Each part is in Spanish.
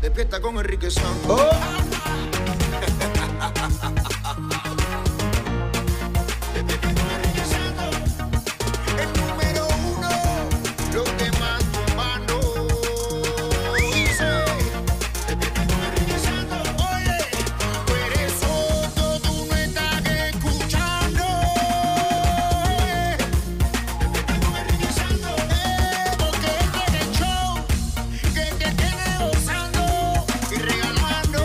Despierta con Enrique Santos. Despierta con Enrique Santos. El número uno, los demás humanos. Despierta con Enrique Santos. Oye, tú eres sordo, tú no estás escuchando. Despierta con Enrique Santos. Eh, porque este es el show que te tiene gozando y regalando.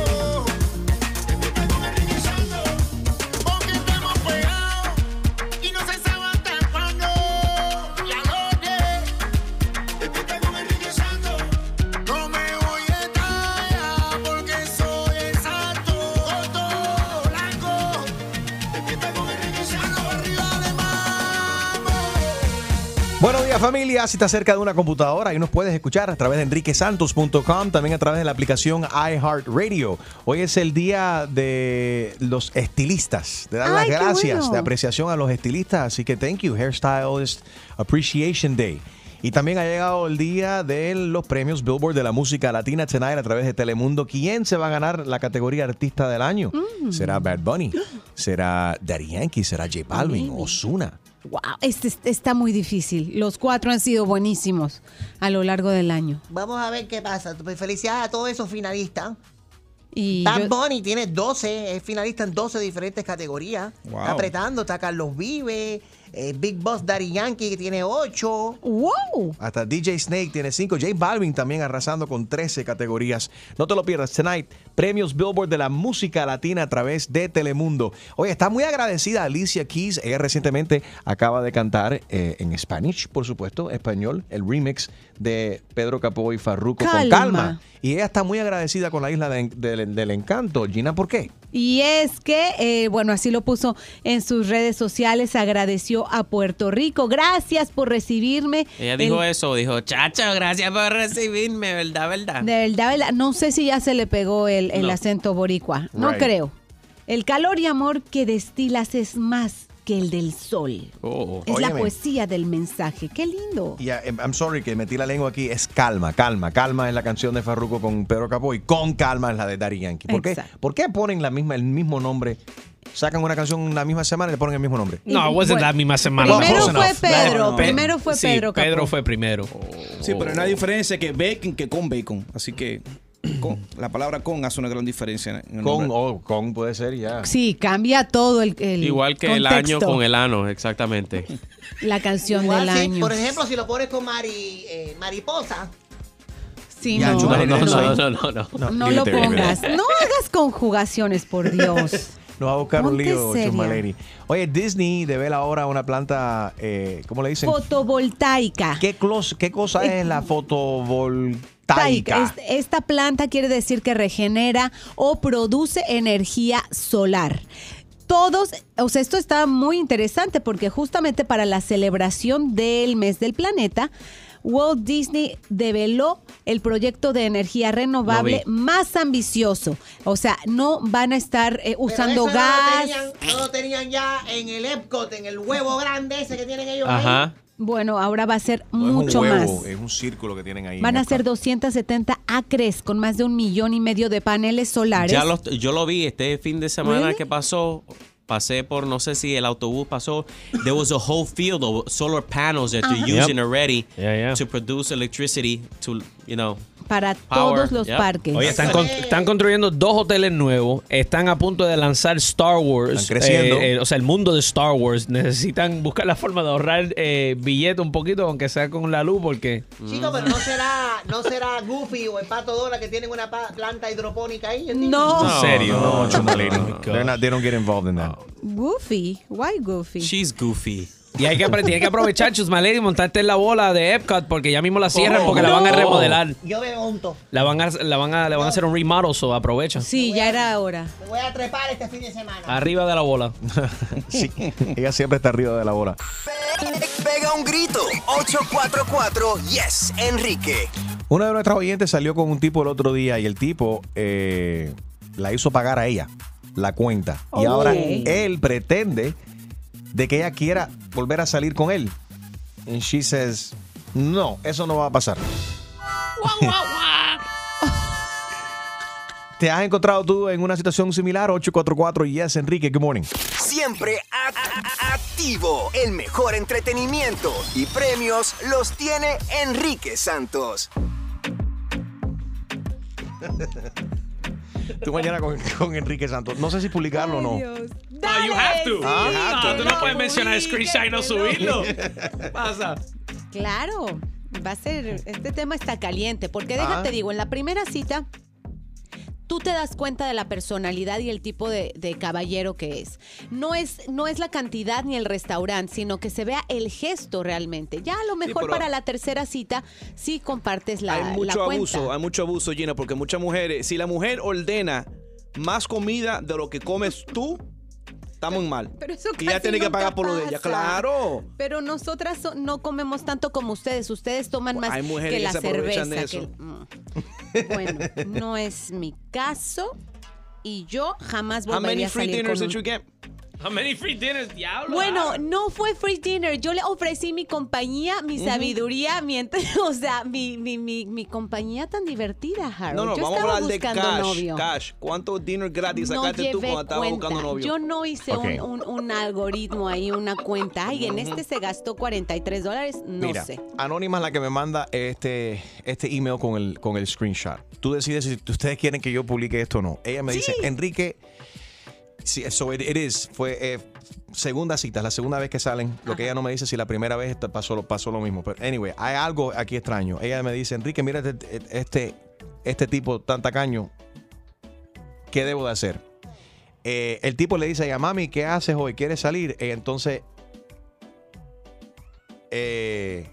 Despierta con Enrique Santos. Porque estamos pegados y no se sabe hasta cuándo. Ya lo sé. Despierta con Enrique Santos. No me voy a estallar porque soy el santo. Corto, blanco. Despierta con Enrique Santos. Arriba de mambo. Buenos días familia, si estás cerca de una computadora ahí nos puedes escuchar a través de enriquesantos.com, también a través de la aplicación iHeartRadio. Hoy es el día de los estilistas. Te dan las Ay, qué gracias bueno. de apreciación a los estilistas, así que thank you, Hairstylist Appreciation Day. Y también ha llegado el día de los premios Billboard de la música latina Tonight a través de Telemundo. ¿Quién se va a ganar la categoría Artista del Año? Mm. ¿Será Bad Bunny? ¿Será Daddy Yankee? ¿Será J Balvin? ¿Osuna? Wow, este es- está muy difícil. Los cuatro han sido buenísimos a lo largo del año. Vamos a ver qué pasa. Pues Felicidades a todos esos finalistas. Y Bad yo- Bunny tiene 12, es finalista en 12 diferentes categorías. Wow. Está apretando, está Carlos Vive, eh, Big Boss Daddy Yankee que tiene 8. ¡Wow! Hasta DJ Snake tiene 5. J Balvin también arrasando con 13 categorías. No te lo pierdas. Tonight, premios Billboard de la música latina a través de Telemundo. Oye, está muy agradecida Alicia Keys. Ella recientemente acaba de cantar eh, en Spanish, por supuesto, español, el remix de Pedro Capó y Farruko con Calma. calma. Y ella está muy agradecida con la isla de- de- del encanto. Gina, ¿por qué? Y es que, eh, bueno, así lo puso en sus redes sociales, agradeció a Puerto Rico. Gracias por recibirme. Ella dijo El- eso, dijo, chacho, gracias por recibirme, ¿verdad, verdad? De verdad, verdad, no sé si ya se le pegó el, el No. acento boricua. No Right. creo. El calor y amor que destilas es más que el del sol. Oh. Es la Óyeme. poesía del mensaje. ¡Qué lindo! Y ah, em, I'm sorry que metí la lengua aquí. Es calma, calma, calma es la canción de Farruko con Pedro Capó y con calma es la de Daddy Yankee. ¿Por qué, Exacto. ¿Por qué ponen la misma, el mismo nombre? Sacan una canción la misma semana y le ponen el mismo nombre. Y- No, it wasn't bueno, that misma semana. Primero Close fue enough. Pedro, Pe- primero fue sí, Pedro Capó. Pedro fue primero. Sí, pero hay una diferencia que bacon que con bacon. Así que con- la palabra con hace una gran diferencia. en el Con, nombre. oh, con puede ser Ah. ya. Sí, cambia todo el, el Igual que el año contexto. con el ano, exactamente. La canción Igual, del sí, año. Por ejemplo, si lo pones con mari, eh, mariposa, Sí, Ya, no. yo- No, no, no, Eso. no, no, no. No lo límite, límite. pongas. No hagas conjugaciones, por Dios. Nos va a buscar un Ponte lío, seria. Chumaleri. Oye, Disney devela ahora una planta, eh, ¿cómo le dicen? Fotovoltaica. ¿Qué, clos- ¿Qué cosa es la fotovoltaica? Taica. Es- esta planta quiere decir que regenera o produce energía solar. Todos, o sea, esto está muy interesante porque justamente para la celebración del mes del planeta, Walt Disney develó el proyecto de energía renovable más ambicioso. O sea, no van a estar eh, Pero usando eso gas. No lo, tenían, no lo tenían ya en el Epcot, en el huevo grande ese que tienen ellos ahí. Ajá. Bueno, ahora va a ser No, es un mucho huevo, más. eh, Es un círculo que tienen ahí. Van a Mezcla. ser 270 acres con más de un millón y medio de paneles solares. Ya lo- yo lo vi este fin de semana Really? que pasó. Pasé por, no sé si el autobús pasó. There was a whole field of solar panels that they're Ajá. using already Yeah, yeah. to produce electricity to, you know. para Power, todos los yep. parques. Oye, están, con- están construyendo dos hoteles nuevos, están a punto de lanzar Star Wars. Están creciendo. eh, eh, o sea, el mundo de Star Wars. Necesitan buscar la forma de ahorrar eh, billete un poquito, aunque sea con la luz, porque... Chico, pero no será, no será Goofy o el Pato Dora que tienen una pa- planta hidropónica ahí. ¿entiendes? No. No. serio? No, Chumaleri. no, no. They're not- They don't get involved in that. Goofy, why Goofy? She's goofy. Y hay que, apre- tienes que aprovechar, Chusmalady, y montarte en la bola de Epcot, porque ya mismo la cierran, porque la van a no. remodelar. Yo me monto. La van a, la van a, le van a hacer un remodel, so aprovecha. Sí, ya era hora. Me voy a trepar este fin de semana. Arriba de la bola. Sí, ella siempre está arriba de la bola. Pega un grito. 844 Yes, Enrique. Una de nuestras oyentes salió con un tipo el otro día y el tipo eh, la hizo pagar a ella la cuenta. Y Ok. ahora él pretende de que ella quiera volver a salir con él. And she Ah. says, no, eso no va a pasar. ¿Te has encontrado tú en una situación similar? 844 Yes, Enrique, good morning. Siempre a- a- a- activo. El mejor entretenimiento y premios los tiene Enrique Santos. Tú mañana con, con Enrique Santos. No sé si publicarlo o no. No, you have to. Ah, you Ah, have tú to. no puedes mencionar screenshot y no subirlo. ¿Qué pasa? Claro, va a ser, este tema está caliente, porque Ah. déjate digo, en la primera cita tú te das cuenta de la personalidad y el tipo de, de caballero que es. No es no es la cantidad ni el restaurante, sino que se vea el gesto realmente. Ya a lo mejor pero- para la tercera cita sí compartes la, hay la mucho cuenta. abuso, hay mucho abuso, Gina, porque muchas mujeres, si la mujer ordena más comida de lo que comes tú, estamos mal. pero eso y ella casi tiene que nunca pagar por lo de ella, pasa. claro. Pero nosotras so- no comemos tanto como ustedes. Ustedes toman Pues, más hay mujeres que que la se cerveza. aprovechan de que- eso. Mm. Bueno, no es mi caso y yo jamás How many volvería a free salir con dinners did un- you get? How many free dinners, diablo? Ah. Bueno, no fue free dinner. Yo le ofrecí mi compañía, mi sabiduría, mi ent- o sea, mi, mi, mi, mi compañía tan divertida, Harold. No, no, yo vamos a estaba hablar de buscando cash. novio. Cash. ¿Cuántos dinners gratis No sacaste tú llevé cuando estabas cuenta. buscando novio? Yo no hice Ok. un, un- un algoritmo ahí, una cuenta. Ay, en este se gastó 43 dólares. No Mira, sé. Anónima es la que me manda este, este email con el, con el screenshot. Tú decides si ustedes quieren que yo publique esto o no. Ella me dice, Enrique, sí, so it, it is, fue eh, segunda cita, es la segunda vez que salen. Lo que ella no me dice si la primera vez esta- pasó, lo- pasó lo mismo. Pero anyway, hay algo aquí extraño. Ella me dice, Enrique, mira este, este, este tipo tan tacaño, ¿qué debo de hacer? Eh, el tipo le dice a ella, mami, ¿qué haces hoy? ¿Quieres salir? Eh, entonces... Eh,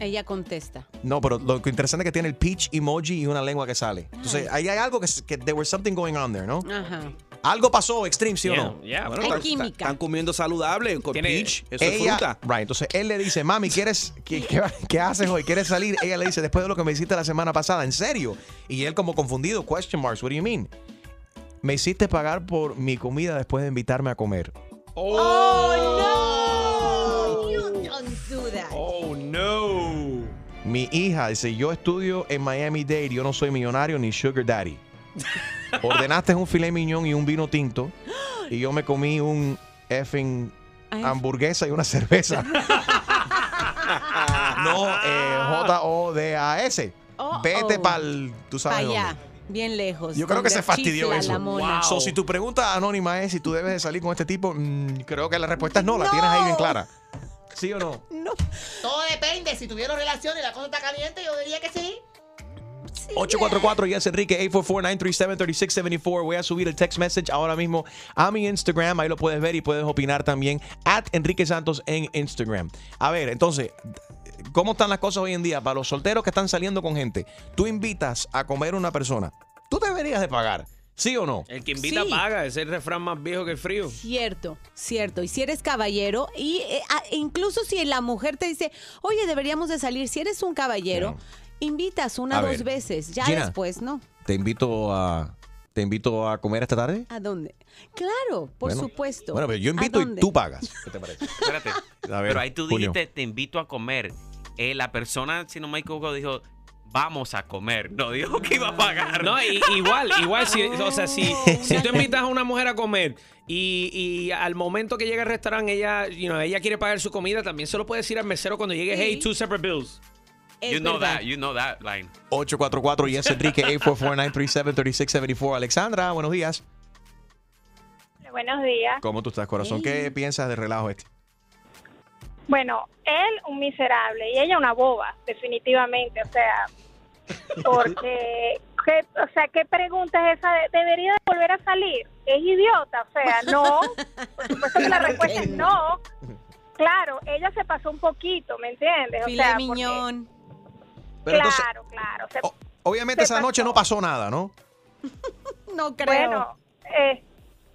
Ella contesta. no, pero lo que interesante es que tiene el peach emoji y una lengua que sale. Entonces, ahí hay algo que, s- que there was something going on there, ¿no? Ajá. Algo pasó, extreme, ¿sí o Yeah, no? yeah, Bueno, Hay están- química. Están comiendo saludable con Tiene- peach. Eso Ella- es fruta. Right, entonces él le dice, mami, ¿quieres, qué, qué- qué haces hoy? ¿Quieres salir? Ella le dice, después de lo que me hiciste la semana pasada, ¿en serio? Y él como confundido, question marks, what do you mean? Me hiciste pagar por mi comida después de invitarme a comer. You don't do that. Oh, no. Mi hija dice, yo estudio en Miami Dade, yo no soy millonario ni sugar daddy. Ordenaste un filet mignon y un vino tinto y yo me comí un effing Ay. hamburguesa y una cerveza. no, eh, J-O-D-A-S. Oh, Vete oh. pa'l... Tú Pa' sabes allá, dónde. bien lejos. Yo creo que donde se fastidió chifla eso. la mona. So, si tu pregunta anónima es si tú debes de salir con este tipo, mm, creo que la respuesta es no, la No. tienes ahí bien clara. ¿Sí o no? Todo depende. Si tuvieron relación y la cosa está caliente, yo diría que sí. 844 yes Enrique 844-937-3674 voy a subir el text message ahora mismo a mi Instagram ahí lo puedes ver y puedes opinar también at Enrique Santos en Instagram a ver entonces ¿cómo están las cosas hoy en día para los solteros que están saliendo con gente? tú invitas a comer a una persona tú deberías de pagar ¿sí o no? El que invita Sí. paga. Es el refrán más viejo que el frío. Cierto, cierto. Y si eres caballero, y eh, a- e incluso si la mujer te dice, oye, deberíamos de salir, si eres un caballero, invitas una A o dos ver, veces, ya Gina. después, ¿no? te invito a te invito a comer esta tarde ¿A dónde? Claro, por Bueno. supuesto. bueno pero yo ¿A invito y dónde? tú pagas ¿qué te parece? Espérate. A ver, Pero ahí tú Julio. dijiste, te invito a comer. Eh, la persona, si no me equivoco, dijo, vamos a comer. No dijo que iba a pagar. No, y- igual, igual, si, o sea, si, si tú invitas a una mujer a comer y, y al momento que llega al restaurante ella, you know, ella quiere pagar su comida, también se lo puede decir al mesero cuando llegue, Sí. hey, two separate bills. Es you know verdad. that, you know that line. 844 yes Enrique 844-937-3674 Alexandra buenos días Buenos días. ¿Cómo tú estás, corazón? ¿Qué piensas del relajo este? Bueno, él un miserable y ella una boba, definitivamente, o sea, porque, ¿qué, o sea, ¿qué pregunta es esa? de, ¿Debería de volver a salir? Es idiota, o sea, no. Por supuesto que la respuesta es no. Claro, ella se pasó un poquito, ¿me entiendes? O sea, Filet porque- miñón. Pero entonces, claro, claro. se- o- obviamente se esa pasó. noche no pasó nada, ¿no? No creo. Bueno, eh,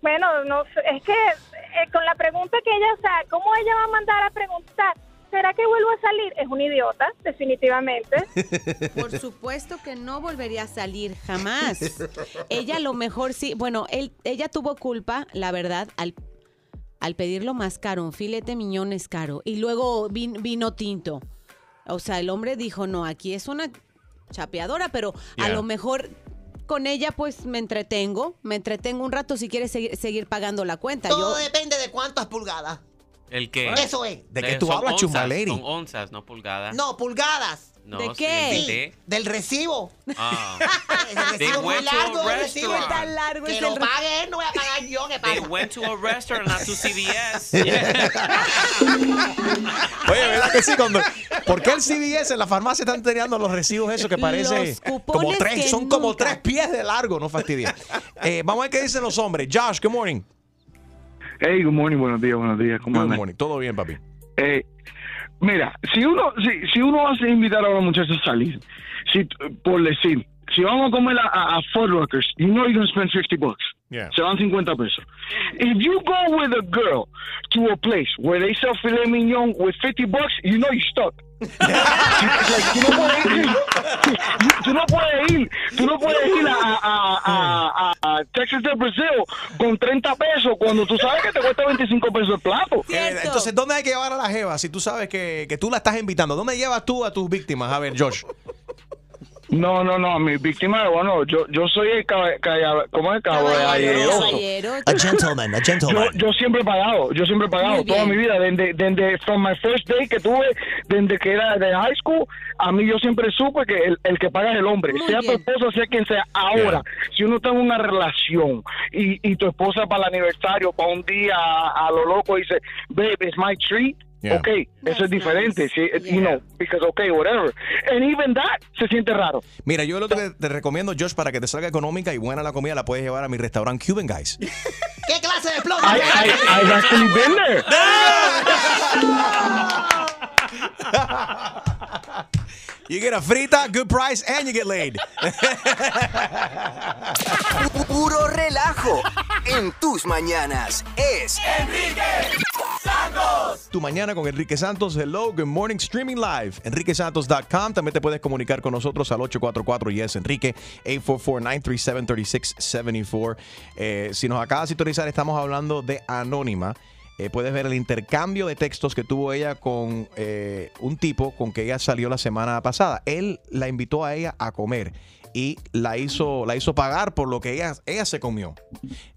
bueno, no sé, es que eh, con la pregunta que ella, o sea, ¿cómo ella va a mandar a preguntar? ¿Será que vuelvo a salir? Es un idiota, definitivamente. Por supuesto que no volvería a salir jamás. ella a lo mejor sí, bueno, él, ella tuvo culpa, la verdad, al, al pedirlo más caro, un filete miñón es caro, y luego vin- vino tinto. O sea, el hombre dijo, no, aquí es una chapeadora, pero Yeah. a lo mejor con ella pues me entretengo, me entretengo un rato si quieres seguir, seguir pagando la cuenta. Todo Yo, depende de cuántas pulgadas. ¿El qué? Eso es. ¿De qué tú son hablas, onzas, Chumaleri? Son onzas, no pulgadas. No, pulgadas. Ah. No, ¿De sí, qué? el de- Del recibo. Ah. El They recibo muy went to a largo, el recibo restaurant. tan largo. Que lo pague él, no voy a pagar yo, que They pague. went to a restaurant, not to CVS. Oye, ¿verdad que sí? Cuando- ¿Por qué el CBS en la farmacia están teniendo los recibos esos que parece Los como cupones tres, que son como nunca. tres pies de largo, no fastidia. Eh, vamos a ver qué dicen los hombres. Josh, good morning. Hey, good morning, buenos días, buenos días. ¿Cómo Good andan? morning. Todo bien, papi. Eh, mira, si uno, si, si uno hace invitar a una muchacha a salir, si, por decir, si vamos a comer a, a, a Foot Lockers, you know you're gonna spend 50 bucks. Yeah. Se van 50 pesos. If you go with a girl to a place where they sell filet mignon with 50 bucks, you know you're stuck. Like, tú, no puedes ir, tú no puedes ir, tú no puedes ir a, a- a- a- a Texas de Brasil con 30 pesos cuando tú sabes que te cuesta 25 pesos el plato. Eh, Entonces, ¿dónde hay que llevar a la jeva si tú sabes que, que tú la estás invitando? ¿Dónde llevas tú a tus víctimas? A ver, Josh. No, no, no, mi víctima, bueno, yo, yo soy el cabe- calla- ¿cómo es? Caballero. A gentleman, a Yo, yo siempre he pagado, yo siempre he pagado Muy bien. toda mi vida, desde, desde from my first day que tuve, desde que era de high school, a mí yo siempre supe que el, el que paga es el hombre, Muy sea bien. tu esposa, sea quien sea. Ahora, si uno está en una relación y, y tu esposa para el aniversario, para un día a, a lo loco dice, babe, it's my treat. Yeah. Okay, eso es diferente, sí, you know, because okay, whatever. And even that se siente raro. Mira, yo lo que te recomiendo, Josh, para que te salga económica y buena la comida, la puedes llevar a mi restaurante Cuban Guys. ¿Qué clase de plomo? I, I, I've actually been there. You get a frita, good price, and you get laid. Pu- Puro relajo en tus mañanas es tu mañana con Enrique Santos. Hello, good morning, streaming live. EnriqueSantos.com. También te puedes comunicar con nosotros al 844-YES-ENRIQUE, 844-937-3674. Eh, si nos acabas de sintonizar, estamos hablando de Anónima. Eh, puedes ver el intercambio de textos que tuvo ella con eh, un tipo con que ella salió la semana pasada. Él la invitó a ella a comer y la hizo, la hizo pagar por lo que ella, ella se comió.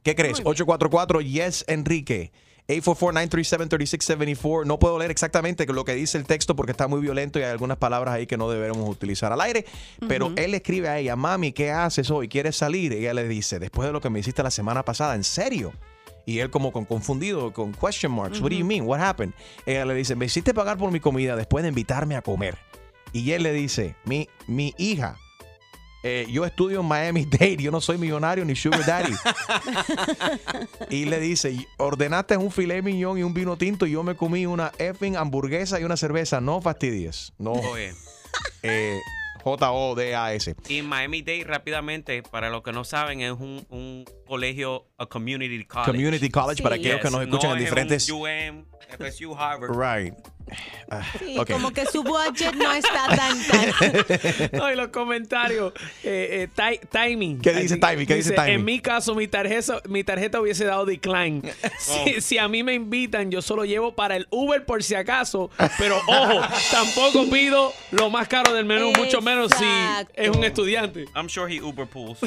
¿Qué crees? 844-YES-ENRIQUE. 844-937-3674. No puedo leer exactamente lo que dice el texto porque está muy violento y hay algunas palabras ahí que no deberemos utilizar al aire. Pero él escribe a ella, mami, ¿qué haces hoy? ¿Quieres salir? Y ella le dice, después de lo que me hiciste la semana pasada, ¿en serio? Y él como con confundido, con question marks. What do you mean? What happened? Ella le dice, me hiciste pagar por mi comida después de invitarme a comer. Y él le dice, mi, mi hija, eh, yo estudio en Miami Dade, yo no soy millonario ni sugar daddy. y le dice, "Y ordenaste un filet mignon y un vino tinto y yo me comí una effing hamburguesa y una cerveza. No fastidies. No. Oye, Eh, J-O-D-A-S. y Miami Dade rápidamente, para los que no saben, es un, un colegio, a community college. Community College, para aquellos que nos escuchan no en es diferentes- un UM, FSU, Harvard. Right. Ah, Sí, ok. como que su budget no está tan tan. No, y los comentarios. Eh, eh, ti- timing. ¿Qué dice timing? ¿Qué dice timing? En mi caso, mi tarjeta, mi tarjeta hubiese dado decline. Oh. Si, si a mí me invitan, yo solo llevo para el Uber por si acaso. Pero ojo, tampoco pido lo más caro del menú, mucho menos si es un Exacto. estudiante. I'm sure he Uber pools.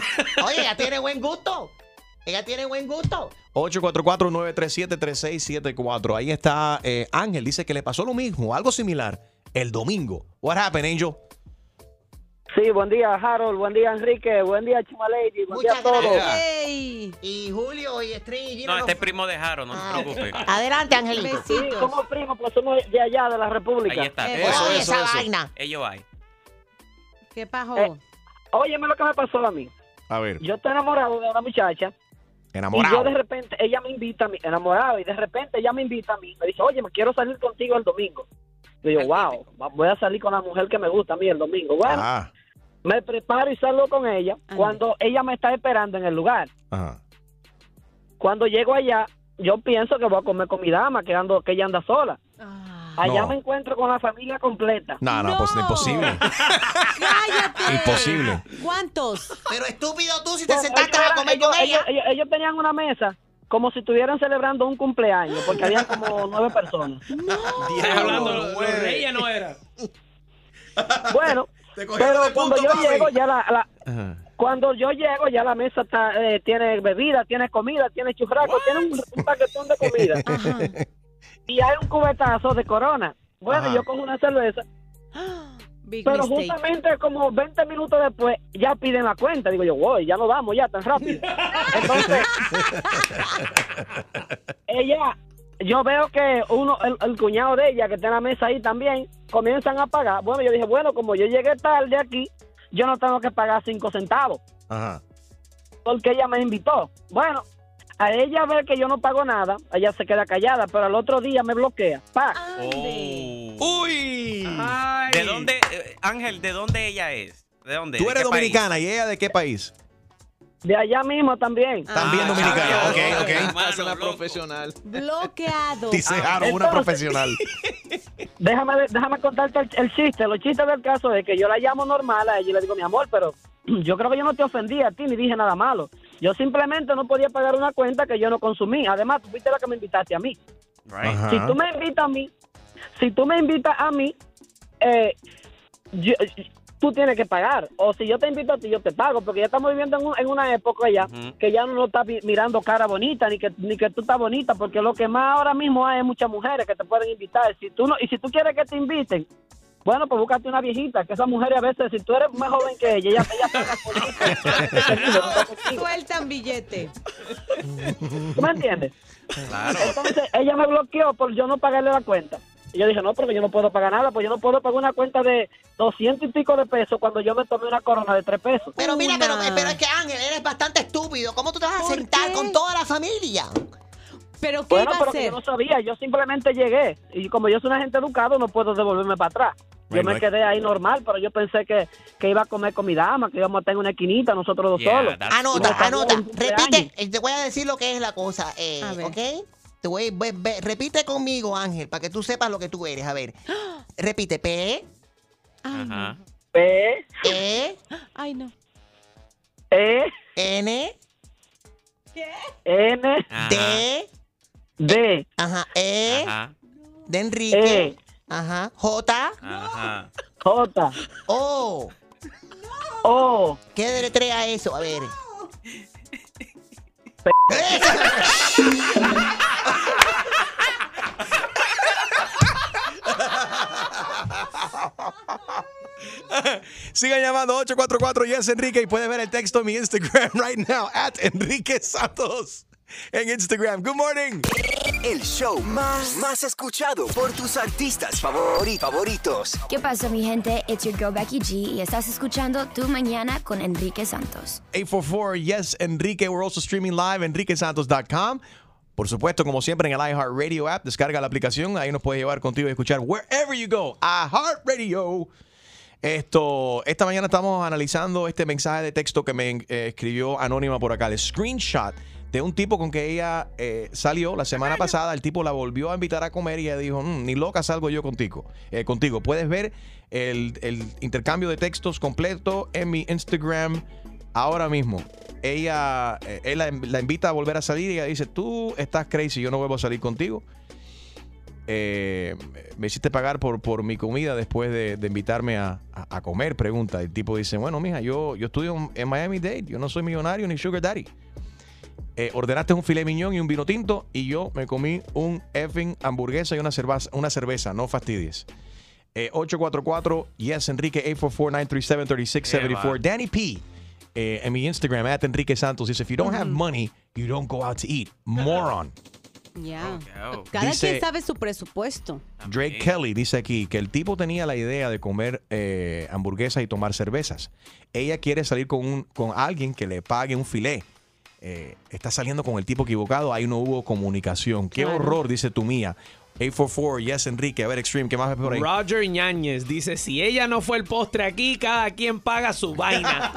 Oye, ella tiene buen gusto. Ella tiene buen gusto. 844-937-3674. Ahí está eh, Ángel. Dice que le pasó lo mismo, algo similar, el domingo. What happened, Angel? Sí, buen día, Harold. Buen día, Enrique. Buen día, Chuma Lady. Buen Muchas día a todos. gracias. Ey, Y Julio y String y Gina. No, no- este es primo de Jaro, no Ah. te preocupes. Adelante, Angelito. Sí, somos primos, pero somos de allá, de la República. Ahí está. Eh, Eso, Oye, eso, esa eso. vaina. Ellos hay. ¿Qué pajo? Eh, Óyeme lo que me pasó a mí. A ver, Yo estoy enamorado de una muchacha y yo enamorado. de repente, ella me invita a mí, enamorado, y de repente ella me invita a mí. Me dice, oye, me quiero salir contigo el domingo. Y yo, wow, va- voy a salir con la mujer que me gusta a mí el domingo. Bueno, Ah, me preparo y salgo con ella Ajá. cuando ella me está esperando en el lugar. ajá. Cuando llego allá, yo pienso que voy a comer con mi dama, que, ando, que ella anda sola. Ah, Allá No. me encuentro con la familia completa. No, no, pues No. imposible. ¡Cállate! Imposible. ¿Cuántos? Pero estúpido tú si te Bueno, sentaste ellos a eran- comer ellos- con ella. ellos- ellos- ellos tenían una mesa como si estuvieran celebrando un cumpleaños, porque había como nueve personas. Estás hablando, los güey. reyes no era. Bueno, Te pero cuando yo llego, ya la, la- Ah. Cuando yo llego, ya la mesa está, eh, tiene bebida, tiene comida, tiene churrasco, tiene un, un paquetón de comida. Y hay un cubetazo de corona. Bueno, Ajá. yo cojo una cerveza. Pero mistake. justamente como 20 minutos después, ya piden la cuenta. Digo yo, wow, ya nos vamos, ya, tan rápido. Entonces, ella, yo veo que uno, el, el cuñado de ella que está en la mesa ahí también, comienzan a pagar. Bueno, yo dije, bueno, como yo llegué tarde aquí, yo no tengo que pagar cinco centavos Ajá. porque ella me invitó. Bueno, a ella ver que yo no pago nada, ella se queda callada, pero al otro día me bloquea. Pa. Oh. ¡Uy! ¿De dónde, eh, Ángel, de dónde ella es? ¿De dónde? Tú ¿De eres qué país? dominicana y ella de qué país? De allá mismo también. Ah, Ah. También dominicana. Ok, ok. Pasa una profesional. Ah. Bloqueado. Ah, Ticejaron, ah, una profesional. Déjame, déjame contarte el, el chiste. Los chistes del caso es que yo la llamo normal a ella y le digo, mi amor, pero yo creo que yo no te ofendí a ti ni dije nada malo. Yo simplemente no podía pagar una cuenta que yo no consumí. Además, tú fuiste la que me invitaste a mí. Si tú me invitas a mí, si tú me invitas a mí, eh, yo- tú tienes que pagar. O si yo te invito a ti, yo te pago. Porque ya estamos viviendo en, un- en una época ya Ujú. que ya no está vi- mirando cara bonita, ni que, ni que tú estás bonita. Porque lo que más ahora mismo hay es muchas mujeres que te pueden invitar. Si tú no, y si tú quieres que te inviten, bueno, pues búscate una viejita. Que esas mujeres a veces, si tú eres más joven que ella, ella, ella paga por ti. Sueltan billete. ¿Tú me entiendes? Claro. Entonces ella me bloqueó por yo no pagarle la cuenta. Y yo dije, no, porque yo no puedo pagar nada, pues yo no puedo pagar una cuenta de 200 y pico de pesos cuando yo me tomé una corona de 3 pesos. Pero mira, pero, Ah. pero es que Ángel, eres bastante estúpido. ¿Cómo tú te vas a sentar con toda la familia? ¿Pero bueno, pero que yo no sabía, yo simplemente llegué. Y como yo soy una gente educada, no puedo devolverme para atrás. Yo Right, me right. quedé ahí normal, pero yo pensé que, que iba a comer con mi dama, que íbamos a tener una esquinita nosotros dos Yeah, solos. that's- Anota, Pero anota. también, Repite, eh, te voy a decir lo que es la cosa, eh, A ver. ¿ok? Te voy, ve- ve- repite conmigo, Ángel, para que tú sepas lo que tú eres. A ver, repite, P, Ajá. P, E, Ay, no. E, N, N, D, D, E. ajá, E, Ajá. de Enrique, ajá, J, Ajá. J, O, O. ¿Qué deletrea eso? A ver. Sigan llamando 844 Yes Enrique y pueden ver el texto en mi Instagram right now at Enrique Santos en Instagram. Good morning. El show más, más escuchado por tus artistas favori- favoritos. ¿Qué pasa, mi gente? It's your girl Becky G y estás escuchando Tu Mañana con Enrique Santos. 844 Yes Enrique. We're also streaming live enriquesantos.com. Por supuesto, como siempre en el iHeartRadio app, descarga la aplicación, ahí nos puedes llevar contigo y escuchar wherever you go. iHeartRadio. Esto, esta mañana estamos analizando este mensaje de texto que me eh, escribió anónima por acá, el screenshot de un tipo con que ella eh, salió la semana pasada, el tipo la volvió a invitar a comer y ella dijo, "Mm, ni loca salgo yo contigo. Eh, contigo. Puedes ver el, el intercambio de textos completo en mi Instagram ahora mismo. Ella, eh, él la, la invita a volver a salir y ella dice, tú estás crazy, yo no vuelvo a salir contigo eh, me hiciste pagar por, por mi comida después de, de invitarme a, a- a comer, pregunta. El tipo dice, bueno, mija, yo, yo estudio en Miami Dade, yo no soy millonario ni sugar daddy. Eh, ordenaste un filet miñón y un vino tinto y yo me comí un effing hamburguesa y una cerveza, una cerveza no fastidies. Eh, 844 Yes Enrique 844-937-3674 Danny P eh, en mi Instagram at Enrique Santos dice if you don't have money you don't go out to eat moron Ya. Cada Dice- quien sabe su presupuesto. Drake Kelly dice aquí que el tipo tenía la idea de comer eh, hamburguesas y tomar cervezas. Ella quiere salir con, un, con alguien que le pague un filé. Eh, está saliendo con el tipo equivocado, ahí no hubo comunicación. Qué Claro. horror, dice tu mía. 844, yes, Enrique. A ver, Extreme, ¿qué más es por ahí? Roger Ñañez dice, si ella no fue el postre aquí, cada quien paga su vaina.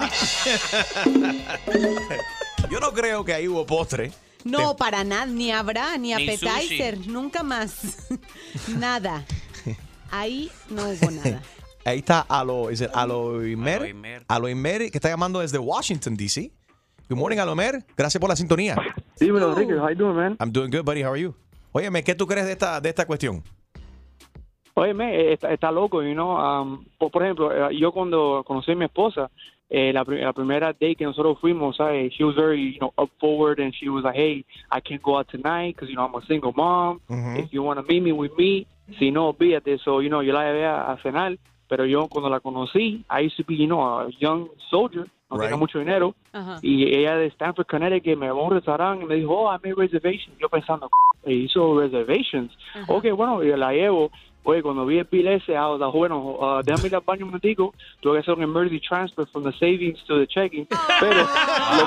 Yo no creo que ahí hubo postre. No, para nada, ni habrá, ni Ni appetizer, nunca más. nada. Ahí no hubo nada. Ahí está Alo, is it Aloimer? Aloimer. Aloimer, que está llamando desde Washington, D.C. Good morning, Aloimer. Gracias por la sintonía. Dímelo, Enrique. How you doing, man? I'm doing good, buddy. How are you? Óyeme, ¿qué tú crees de esta, de esta cuestión? Óyeme, eh, está, está loco, you know. um, por, por ejemplo, eh, yo cuando conocí a mi esposa, eh, la, pri- la primera date que nosotros fuimos, ¿sabes? She was very, you know, up forward and she was like, hey, I can't go out tonight because, you know, I'm a single mom. If you want to meet me, we meet. Si no, olvídate. So, you know, yo la llevé a, a cenar, pero yo cuando la conocí, I used to be, you know, a young soldier, no tenía mucho dinero. Ajá. Y ella de Stanford, Connecticut, me llevó a un restaurante y me dijo, oh, I made reservations. Yo pensando, "C- E hizo reservations. Ok, bueno, yo la llevo. Oye, cuando vi el bill ese, I was like, bueno, uh, déjame ir al baño un momentico. Tuve que hacer un emergency transfer from the savings to the checking. Pero lo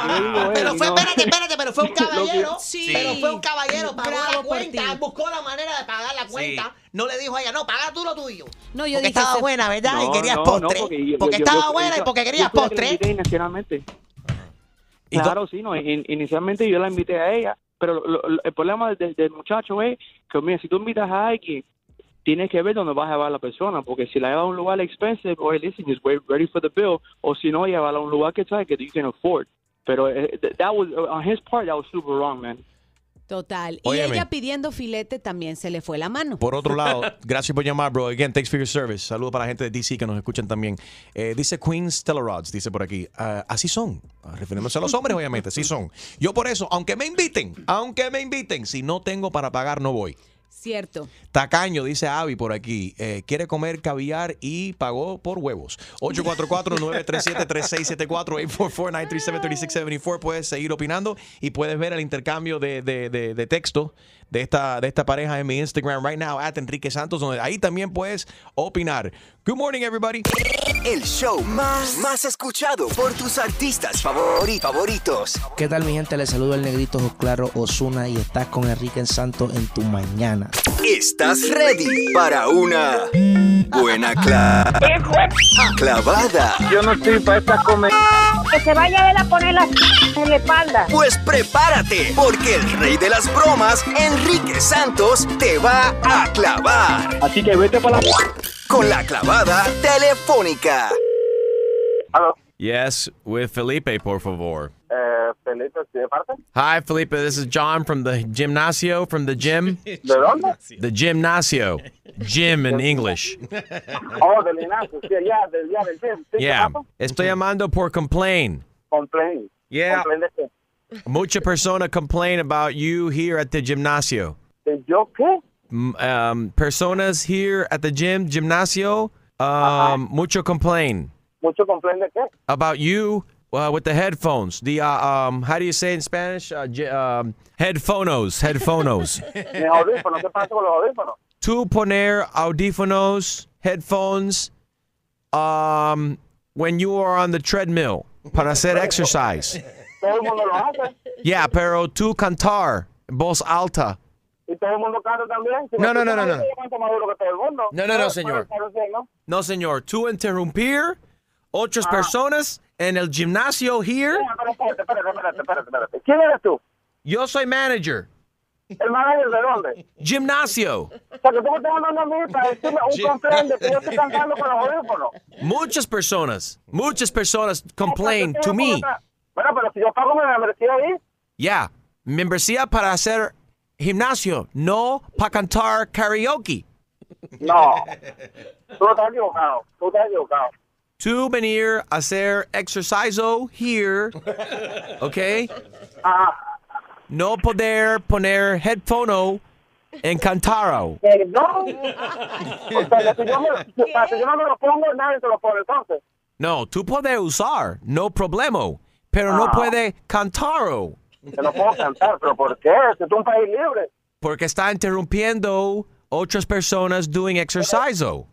que yo digo es, Ah. Pero fue, you know, espérate, espérate, pero fue un caballero. Sí. Pero fue un caballero, pagó la cuenta, buscó la manera de pagar la cuenta. No le dijo a ella, no, paga tú lo tuyo. No, yo porque estaba buena, ¿verdad? y No, querías no, no, postre. porque yo- yo- estaba yo- buena y yo- porque yo querías fui la que la postre. invité inicialmente. Claro, sí, no, in- inicialmente yo la invité a ella, pero lo- lo- el problema del, del muchacho es que, mira, si tú invitas a alguien, tienes que ver dónde vas a llevar a la persona, porque si la llevas a un lugar expensive, oye, listen, just wait ready for the bill, o si no, llevarla a un lugar que sabes que you can afford. Pero eh, th- that was, on his part, that was super wrong, man. Total. Óyeme. Y ella pidiendo filete también se le fue la mano. Por otro lado, gracias por llamar, bro. Again, thanks for your service. Saludos para la gente de DC que nos escuchan también. Eh, dice Queens Telerods, dice por aquí. ah, así son. Ah, Refiriéndose a los hombres, obviamente, así son. Yo por eso, aunque me inviten, aunque me inviten, si no tengo para pagar, no voy. Cierto. Tacaño, dice Avi por aquí, eh, quiere comer caviar y pagó por huevos. 844-937-3674, 844-937-3674. Puedes seguir opinando y puedes ver el intercambio de, de- de- de texto de esta, de esta pareja en mi Instagram right now, at Enrique Santos, donde ahí también puedes opinar. Good morning, everybody. El show más, más escuchado por tus artistas favori- favoritos. ¿Qué tal mi gente? Les saludo el negrito Claro Osuna y estás con Enrique Santos en tu mañana. ¿Estás ready para una buena cla- clavada? Yo no estoy para esta comer. Que se vaya él a poner la en la espalda. Pues prepárate, porque el rey de las bromas, Enrique Santos, te va a clavar. Así que vete para la... Con la clavada telefónica. Yes, with Felipe, por favor. Eh, Felipe, ¿sí ¿de parte? Hi, Felipe. This is John from the gymnasio, from the gym. ¿De dónde? The gymnasio. Gym in English. Oh, del gimnasio, sí, allá, del día del gym. ¿Sí, Yeah. zapato? Estoy llamando por complain. Complain. Yeah. Complain de qué? Mucha persona complain about you here at the gymnasio. ¿De yo qué? Mm, Um, personas here at the gym, gymnasio, um, mucho complain ¿Mucho complain de qué? about you uh, with the headphones. The, uh, um, how do you say in Spanish? Uh, j- um, headphonos, headphonos. Mis audífonos, ¿qué pasa con los audífonos? to poner audífonos, headphones, um, when you are on the treadmill para hacer exercise. Todo el mundo lo hace Yeah, pero tu cantar, voz alta. y todo el mundo canta también. No, no, no, no, no. no. más duro que todo el mundo. No, no, no, señor. Pero, pero sí, ¿no? No, señor. Tu interrumpir otras personas en el gimnasio here. Pero Ah. espérate, espérate, espérate, espérate, espérate. ¿Quién eres tú? Yo soy manager. ¿El manager de dónde? Gimnasio. O sea, que tú me estás mandando a mí para decirme un Sí. complaint de que yo estoy cantando con los audífonos. Muchas personas, muchas personas complain to me. Bueno, pero si yo pago me membresía ahí. Yeah, membresía para hacer gimnasio, no para cantar karaoke. No. Tú estás equivocado. Tú estás equivocado. To venir a hacer exerciso here, okay? Ah, No poder poner headphone en cantaro. perdón. O sea, que si yo, me, lo- para que yo no me lo pongo, nadie se lo pone entonces. No, tú puedes usar, no problema, pero no Ah. puede cantaro. Te lo puedo cantar, pero ¿por qué? Si tú es un país libre. Porque está interrumpiendo otras personas doing exercise. No,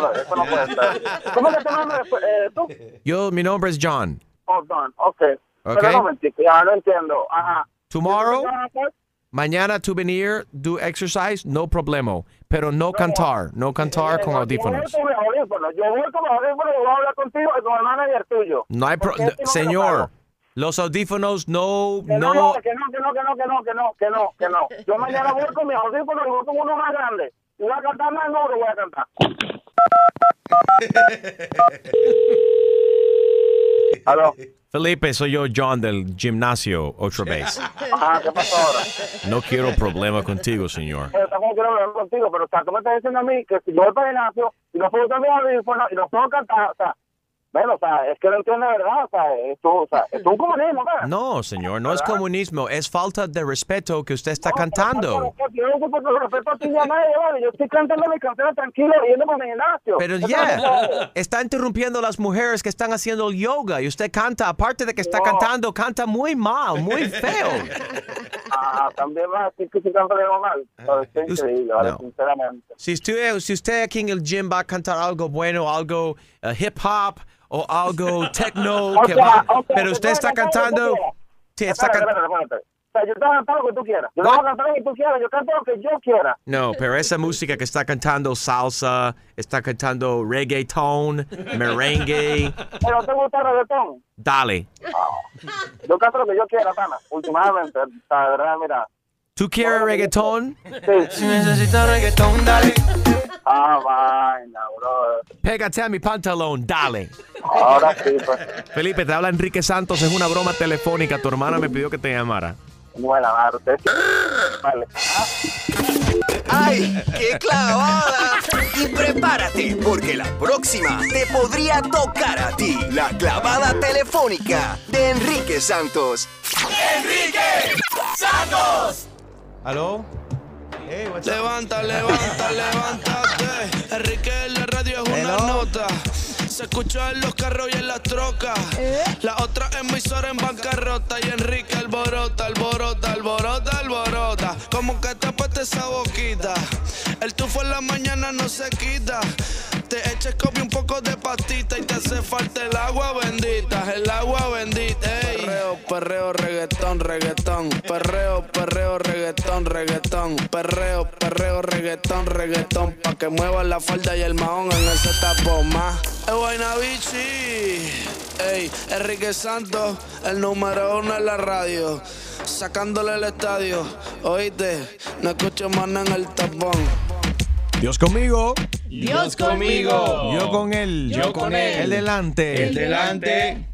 no, eso no puede ser. ¿Cómo que te llamas eh, tú? Yo, mi nombre es John. Oh, Don, ok. Ok. Pero un momentico, ya no entiendo. Ajá. Tomorrow, ¿Qué vas a hacer? mañana tú venir, do exercise, no problema. Pero no cantar, no cantar Yo con voy audífonos. con mis audífonos. Yo voy con mis audífonos y voy a hablar contigo y con el manager tuyo. No hay pro- Porque este no me lo Señor, los audífonos no, Que no, que no. no, que no, que no, que no, que no, que no, que no. Yo mañana voy con mis audífonos y voy con uno más grande. Y voy a cantar más duro, voy a cantar. Felipe, soy yo, John, del gimnasio, otra vez. Ajá, ¿qué pasó ahora? No quiero problema contigo, señor. Pero tampoco quiero hablar contigo, pero o sea, tú me estás diciendo a mí que si yo voy para el gimnasio y no puedo usar mis audífonos y no puedo cantar, o sea, Bueno, o sea, es que no entiende verdad, o sea, esto, o sea, esto es un comunismo, ¿verdad? No, señor, no es comunismo, es falta de respeto que usted está cantando. Yo no sé por qué respeto a ti ni a nadie, ¿vale? Yo estoy cantando mi canción tranquilo, yendo para mi gimnasio. Pero Eso ya, es todo. está interrumpiendo a las mujeres que están haciendo yoga y usted canta, aparte de que está cantando, canta muy mal, muy feo. Ah, también más, estoy criticando de lo mal. Pero esto es increíble, ¿vale? Ah, no. Sinceramente. Si usted, si usted aquí en el gym va a cantar algo bueno, algo eh, hip hop o algo techno, O que sea, va- o sea, pero tú usted puedes está cantar lo que cantando... tú quieras. Sí, está Espérate, can- espérate, espérate. O sea, yo te voy a cantar lo que tú quieras. Yo te voy a cantar lo que tú quieras. Yo canto lo que yo quiera. No, pero esa música que está cantando salsa, está cantando reggaeton, merengue, Pero te gusta el reggaetón. dale. Ah. Yo canto lo que yo quiera, pana. Últimamente, la verdad, mira. ¿Tú quieres reggaeton? Sí. necesitas reggaeton, dale. Ah, vaina, bro. Pégate a mi pantalón, dale. Ahora sí, pues. Felipe, te habla Enrique Santos, es una broma telefónica. Tu hermana me pidió que te llamara. Bueno, madre, usted Vale. ¡Ay, qué clavada! Y prepárate, porque la próxima te podría tocar a ti la clavada telefónica de Enrique Santos. ¡Enrique Santos! ¿Aló? levanta, levanta, levántate. Enrique en la radio es una nota. Se escucha en los carros y en las trocas. La otra emisora en bancarrota. Y Enrique alborota, alborota, alborota, alborota. Como que tapaste esa boquita. El tufo en la mañana no se quita. Te echas copia un poco de pastita y te hace falta el agua bendita, el agua bendita. ey. Perreo, perreo, reggaetón, reggaetón. Perreo, perreo, reggaetón, reggaetón. Perreo, perreo, reggaetón, reggaetón. Pa' que mueva la falda y el mahón en ese tapón más. Es vaina bichi. Ey, Enrique Santos, el número uno en la radio. Sacándole el estadio. Oíste, no escucho mano en el tapón. Dios conmigo. Dios conmigo. Yo con él. Yo con él. Él delante. Él delante.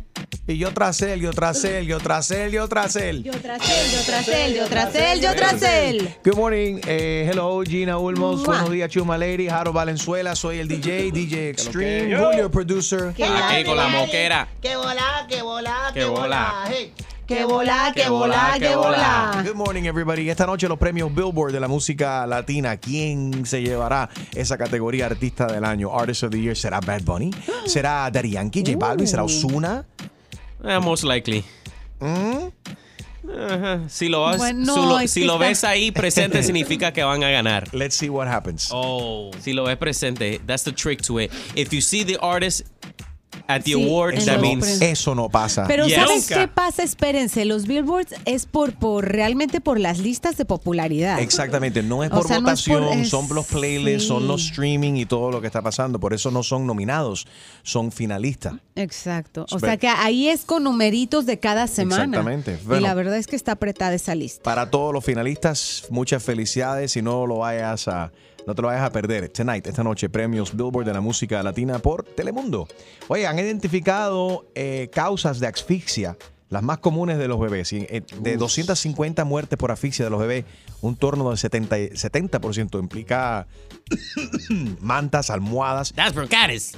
Y yo tras él, yo tras él, yo tras él, yo tras él. Yo tras él, yo tras él, yo tras él, yo tras él. Good morning. eh, hello, Gina Ulmos. Mua. Buenos días, Chuma Lady. Jaro Valenzuela. Soy el DJ, DJ Extreme. que yo? Julio, producer. Aquí con la moquera. ¡Qué bola, qué bola, Qué bola. hey. ¡Qué bola, Que volá, que volá. Good morning, everybody. Esta noche los premios Billboard de la música latina. ¿Quién se llevará esa categoría artista del año? Artist of the Year. ¿Será Bad Bunny? ¿Será Daddy Yankee? ¿J Balvin? ¿Será Ozuna? Eh, most likely. ¿Mm? Ajá, Si lo, vas- Bueno, si lo- es si que lo está- ves ahí presente significa que van a ganar. Let's see what happens. Oh. Si lo ves presente, that's the trick to it. If you see the artist at the Sí, awards, en that los means pre- Eso no pasa. Pero Yes. ¿sabes Nunca. qué pasa? Espérense, los billboards es por, por realmente por las listas de popularidad. Exactamente, no es Ah. O por sea, no es por- votación, es- son los playlists, son sí. los streaming y todo lo que está pasando. Por eso no son nominados, son finalistas. Exacto. O Ve- sea que ahí es con numeritos de cada semana. Exactamente. Y Bueno. la verdad es que está apretada esa lista. Para todos los finalistas, muchas felicidades y no lo vayas a no te lo vayas a perder. Tonight, esta noche, premios Billboard de la música latina por Telemundo. Oye, han identificado eh, causas de asfixia, las más comunes de los bebés. Y, eh, de 250 muertes por asfixia de los bebés, un torno del 70, y- 70% implica mantas, almohadas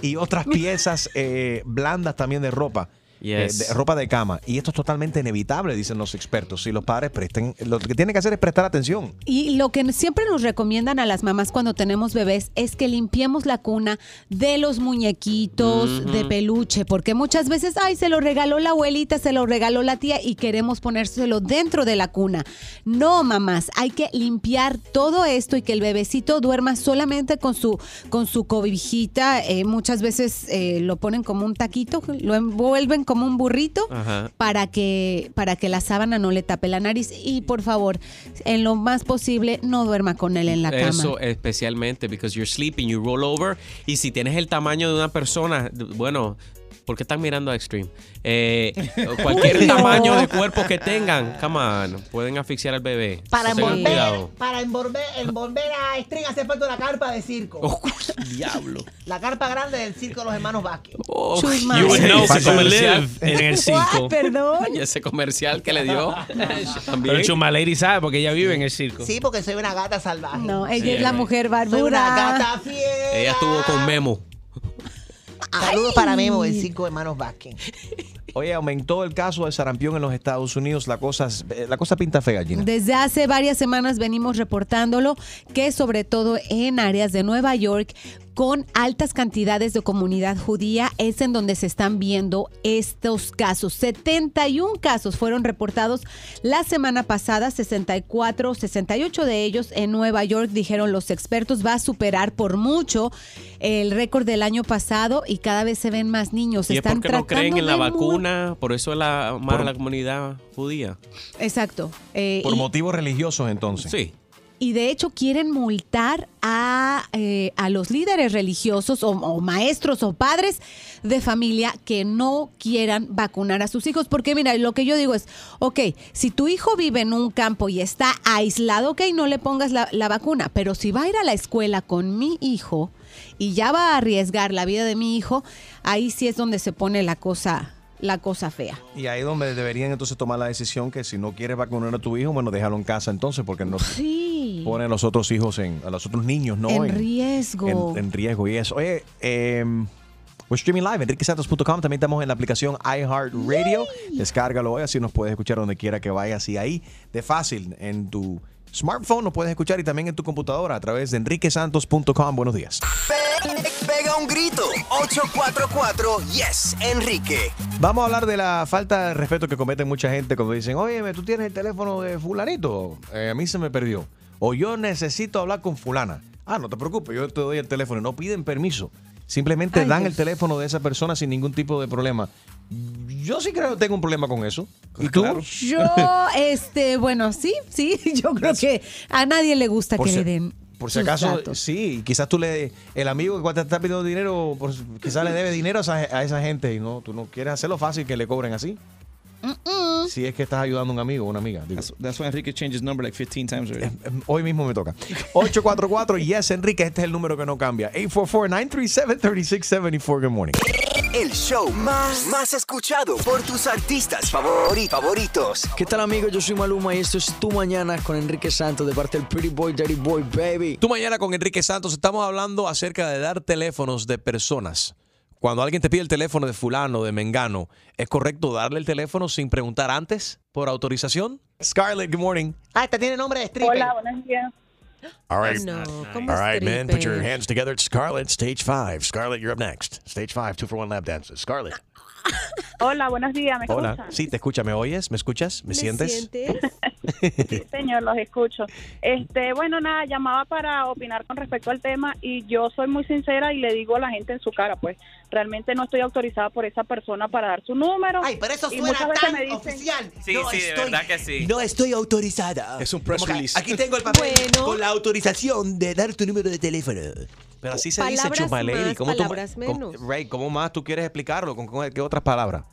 y otras piezas eh, blandas también de ropa. eh, Yes. de- ropa de cama. Y esto es totalmente inevitable, dicen los expertos. Si los padres presten, lo que tienen que hacer es prestar atención. Y lo que siempre nos recomiendan a las mamás cuando tenemos bebés es que limpiemos la cuna de los muñequitos Ujú. de peluche, porque muchas veces, ay, se lo regaló la abuelita, se lo regaló la tía y queremos ponérselo dentro de la cuna. No, mamás, hay que limpiar todo esto y que el bebecito duerma solamente con su, con su cobijita. Eh, muchas veces eh, lo ponen como un taquito, lo envuelven como un burrito Ajá. para que para que la sábana no le tape la nariz y por favor en lo más posible no duerma con él en la cama Eso especialmente because you're sleeping, you roll over y si tienes el tamaño de una persona, d- bueno, ¿por qué están mirando a Extreme? Eh, cualquier Uy, no. tamaño de cuerpo que tengan, come on, pueden asfixiar al bebé. Para Tengan envolver, cuidado. para envolver, envolver a String hace falta una carpa de circo. Diablo. La carpa grande del circo de los hermanos Vázquez. You would know Falta Chuma comercial. Live en el circo. What? Perdón. Y ese comercial que le dio. Pero Chuma Lady sabe porque ella vive en el circo. Sí, porque soy una gata salvaje. no ella Sí, es la eh. mujer Soy una barbuda gata fiel. Ella estuvo con Memo. Saludos para Memo, el cinco hermanos Vázquez. Oye, aumentó el caso del sarampión en los Estados Unidos. La cosa, es- eh, la cosa pinta fea, Gina. Desde hace varias semanas venimos reportándolo que sobre todo en áreas de Nueva York con altas cantidades de comunidad judía es en donde se están viendo estos casos. 71 casos fueron reportados la semana pasada, 64, 68 de ellos en Nueva York, dijeron los expertos, va a superar por mucho el récord del año pasado y cada vez se ven más niños. Y es Están porque no creen tratando en la de mu- vacuna, por eso es la mala la comunidad judía. Exacto. Eh, Por y- motivos religiosos, entonces. Sí. Y de hecho quieren multar a, eh, a los líderes religiosos o, o maestros o padres de familia que no quieran vacunar a sus hijos. Porque mira, lo que yo digo es, ok, si tu hijo vive en un campo y está aislado, ok, no le pongas la, la vacuna, pero si va a ir a la escuela con mi hijo y ya va a arriesgar la vida de mi hijo, ahí sí es donde se pone la cosa, la cosa fea. Y ahí es donde deberían entonces tomar la decisión que si no quieres vacunar a tu hijo, bueno, déjalo en casa entonces, porque no Sí. pone a los otros hijos en, a los otros niños, ¿no? en riesgo. En, en riesgo y eso. Oye, em, we're streaming live, enriquesantos.com. También estamos en la aplicación iHeartRadio. Descárgalo hoy, así nos puedes escuchar donde quiera que vayas. Y ahí, de fácil, en tu smartphone nos puedes escuchar y también en tu computadora a través de enriquesantos.com. Buenos días. Pe- Pega un grito. 844 Yes, Enrique. Vamos a hablar de la falta de respeto que comete mucha gente cuando dicen, oye, tú tienes el teléfono de fulanito, Eh, a mí se me perdió. O yo necesito hablar con fulana. Ah, no te preocupes, yo te doy el teléfono. No piden permiso. Simplemente Ay, dan Dios. el teléfono de esa persona sin ningún tipo de problema. Yo sí creo que tengo un problema con eso. Pues ¿Y tú? Yo, este, bueno, sí, sí, yo creo que a nadie le gusta Por que si- le den. Por si sus acaso, datos. sí, quizás tú le, el amigo que te está pidiendo dinero, por- quizás le debe dinero a esa, a esa gente y no, tú no quieres hacerlo fácil que le cobren así. Si es que estás ayudando a un amigo o una amiga. digo. That's why Enrique changed his number like 15 times already. Hoy mismo me toca. 844 Yes Enrique, este es el número que no cambia. 844-937-3674. Good morning. El show más, más escuchado por tus artistas favori- favoritos. ¿Qué tal amigos? Yo soy Maluma y esto es Tu Mañana con Enrique Santos de parte del Pretty Boy, Daddy Boy, Baby. Tú mañana con Enrique Santos estamos hablando acerca de dar teléfonos de personas. Cuando alguien te pide el teléfono de fulano, de mengano, ¿es correcto darle el teléfono sin preguntar antes por autorización? Scarlett, good morning. Ah, esta tiene nombre de stripper. Hola, buenos días. All right. No, ¿cómo All right, men, put your stripper? hands together. It's Scarlett, stage five. Scarlett, you're up next. Stage five, two for one lap dances. Scarlett. Hola, buenos días, ¿me Hola. escuchan? Sí, te escucha, ¿me oyes? ¿Me escuchas? ¿Me, sientes? Sí, señor, los escucho. Este, bueno, nada, llamaba para opinar con respecto al tema y yo soy muy sincera y le digo a la gente en su cara, pues, realmente no estoy autorizada por esa persona para dar su número. Ay, pero eso y suena muchas veces tan me dicen- oficial. Sí, sí, de verdad que sí. No estoy autorizada. Es un press Como que release. Aquí tengo el papel con la autorización de dar tu número de teléfono. Pero así se dice, Palabras chumalady. más, ¿Cómo tú- palabras cómo- menos. Ray, ¿cómo más tú quieres explicarlo? ¿Con, con- qué otras palabras?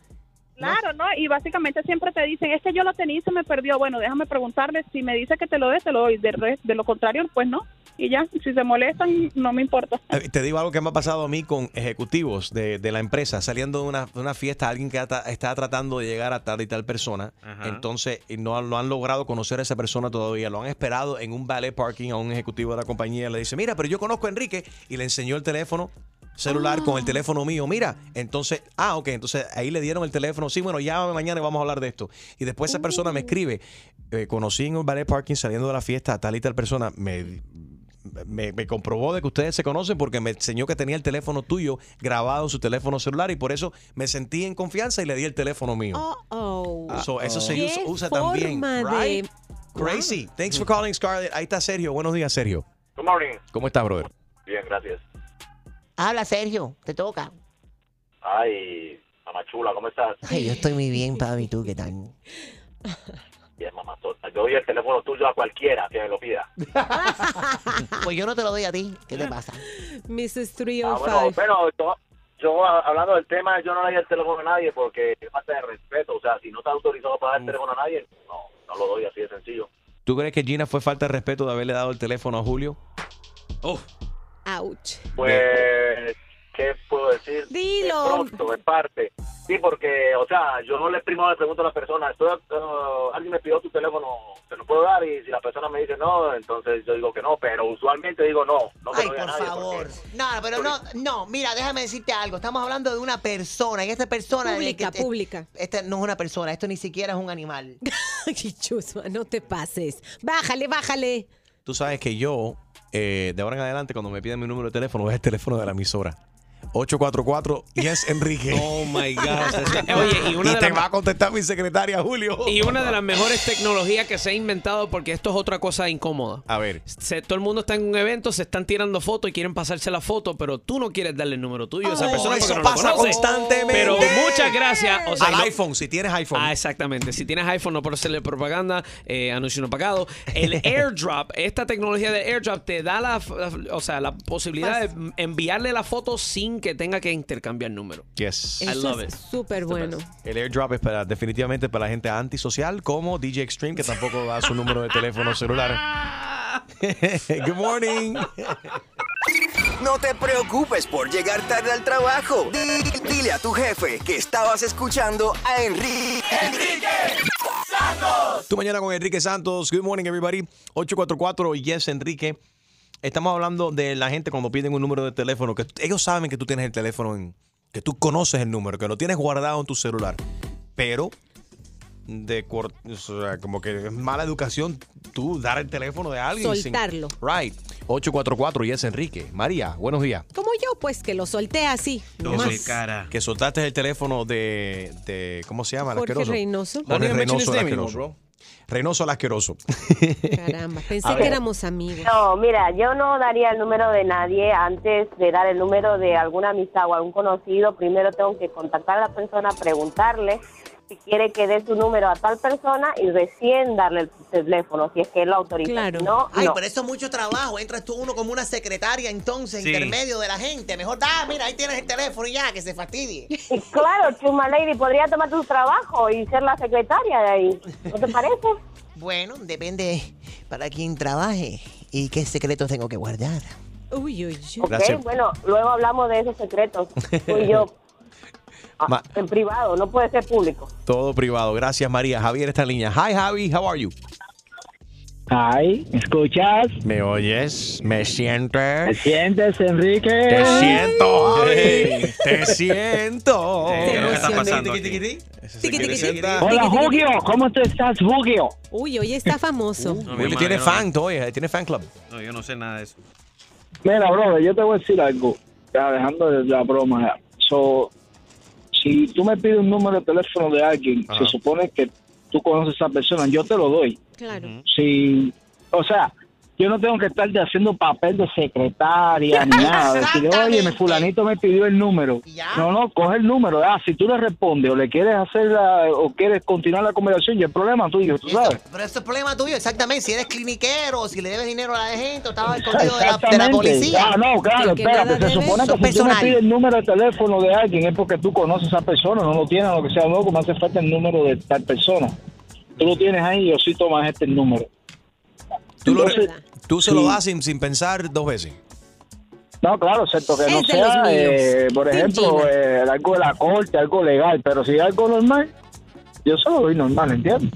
Claro, ¿no? Y básicamente siempre te dicen, es que yo lo tenía y se me perdió. Bueno, déjame preguntarle, si me dice que te lo des, te lo doy. De, re- de lo contrario, pues no. Y ya, si se molestan, no me importa. Eh, Te digo algo que me ha pasado a mí con ejecutivos de, de la empresa, saliendo de una, de una fiesta, alguien que ata- está tratando de llegar a tal y tal persona, Ajá. entonces y no, han- no han logrado conocer a esa persona todavía, lo han esperado en un ballet parking a un ejecutivo de la compañía, le dice, mira, pero yo conozco a Enrique, y le enseñó el teléfono celular con Ah. el teléfono mío, mira, entonces, ah, ok, entonces ahí le dieron el teléfono, sí, bueno, llámame mañana y vamos a hablar de esto. Y después esa persona me Oh. escribe, eh, conocí en un ballet parking saliendo de la fiesta a tal y tal persona, me me, me comprobó de que ustedes se conocen porque me enseñó que tenía el teléfono tuyo grabado en su teléfono celular y por eso me sentí en confianza y le di el teléfono mío. Oh, So, eso se Qué usa, usa forma también. de- right? Crazy. Thanks for calling, Scarlett. Ahí está Sergio. Buenos días, Sergio. Good morning. ¿Cómo estás, brother? Bien, gracias. Habla, Sergio, te toca. Ay, mamá chula, ¿cómo estás? Ay, yo estoy muy bien, papi, ¿tú qué tal? Bien, mamá tota. Yo doy el teléfono tuyo a cualquiera que me lo pida. Pues yo no te lo doy a ti, ¿qué te pasa? Mrs. oh Ah, bueno, 305. pero yo, yo, a- hablando del tema, yo no le doy el teléfono a nadie porque es falta de respeto. O sea, si no está autorizado para dar el teléfono a nadie, no, no lo doy así de sencillo. ¿Tú crees que Gina fue falta de respeto de haberle dado el teléfono a Julio? Ouch. Pues, ¿qué puedo decir? Dilo. De pronto, en parte. Sí, porque, o sea, yo no le primero le pregunto a la persona, estoy, eh, alguien me pidió tu teléfono, ¿se lo puedo dar y si la persona me dice no, entonces yo digo que no, pero usualmente digo no, no se Ay, lo doy a por nadie. favor. No, pero no, no, mira, déjame decirte algo. Estamos hablando de una persona y esta persona. Pública, este- pública. Esta no es una persona, esto ni siquiera es un animal. Qué chusma, no te pases. Bájale, bájale. Tú sabes que yo, eh, de ahora en adelante, cuando me piden mi número de teléfono, es el teléfono de la emisora. 844 Yes Enrique. Oh my gosh, that's- Oye, Oye, y, y una de te las- va a contestar mi secretaria Julio. Y una de las mejores tecnologías que se ha inventado, porque esto es otra cosa incómoda. A ver. todo el mundo está en un evento, se están tirando fotos y quieren pasarse la foto, pero tú no quieres darle el número tuyo a esa Oh, persona porque eso no pasa lo conoces. constantemente. Pero muchas gracias. Al iPhone, si tienes iPhone. Ah, exactamente. Si tienes iPhone, no por hacerle propaganda, eh, anuncio no pagado. El AirDrop, esta tecnología de AirDrop te da la, la- o sea, la posibilidad de enviarle la foto sin que tenga que intercambiar número. Yes. I love it. Súper bueno. El airdrop es para, definitivamente para la gente antisocial, como DJ Extreme, que tampoco da su número de teléfono celular. Good morning. No te preocupes por llegar tarde al trabajo. Di- Dile a tu jefe que estabas escuchando a Enrique. ¡Enrique Santos! Tú mañana con Enrique Santos. Good morning, everybody. 844 Yes Enrique. Estamos hablando de la gente cuando piden un número de teléfono, que ellos saben que tú tienes el teléfono en. que tú conoces el número, que lo tienes guardado en tu celular. Pero. De cor- o sea, como que es mala educación tú dar el teléfono de alguien. sin- Soltarlo. right. 844 Yes Enrique. María, buenos días. Como yo, pues, que lo solté así. Que nomás. sol- Que soltaste el teléfono de, de- ¿cómo se llama? El Jorge asqueroso. Reynoso. Jorge Don't even mention his Reynoso, el name anymore, asqueroso. Reynoso, el asqueroso. Caramba, pensé A que ver. éramos amigos. No, mira, yo no daría el número de nadie antes de dar el número de alguna amistad o algún conocido. Primero tengo que contactar a la persona, preguntarle si quiere que dé su número a tal persona y recién darle el teléfono, si es que él lo autoriza. Si No, Ay, no. pero eso es mucho trabajo. Entras tú uno como una secretaria, entonces, Sí. intermedio de la gente. Mejor da, mira, ahí tienes el teléfono y ya, que se fastidie. Y claro, Chuma Lady podría tomar tu trabajo y ser la secretaria de ahí. ¿No te parece? Bueno, depende para quién trabaje y qué secretos tengo que guardar. Uy, uy, uy. Ok, Gracias. bueno, luego hablamos de esos secretos. Tú y yo, Ma- en privado, no puede ser público. todo privado. Gracias, María. Javier está en línea. Hi, Javi. How are you? Ay, ¿me escuchas? ¿Me oyes? ¿Me sientes? ¿Me sientes, Enrique? Te siento, Javi. Te siento. ¿Qué está pasando Hola, Jugio. ¿Cómo tú estás, Jugio? Uy, hoy está famoso. No, Willy tiene fan, oye, tiene fan club. No, yo no sé nada de eso. Mira, brother, yo te voy a decir algo. Ya, dejando de la broma. ya. So, si tú me pides un número de teléfono de alguien, se supone que tú conoces a esa persona, yo te lo doy. Claro. Sí. O sea, yo no tengo que estar de haciendo papel de secretaria ni nada. Decirle, oye, me fulanito me pidió el número. No, no, coge el número. Ah, si tú le respondes o le quieres hacer la- o quieres continuar la conversación, ya el problema es tuyo, tú sabes. Pero eso es problema tuyo, exactamente. Si eres cliniquero, si le debes dinero a la gente, o estabas escondido de la, de la policía. Ah, no, claro, espérate, se supone que si tú me pides el número de teléfono de alguien es porque tú conoces a esa persona, no lo tienes, lo que sea, luego me hace falta el número de tal persona. Tú lo tienes ahí, yo sí tomas este número. Tú, lo- tú se lo Sí. das sin, sin pensar dos veces. No, claro, excepto que no Es de los sea, eh, míos. por Team ejemplo, Gina. eh, algo de la corte, algo legal, pero si es algo normal, yo se lo doy normal, ¿entiendes?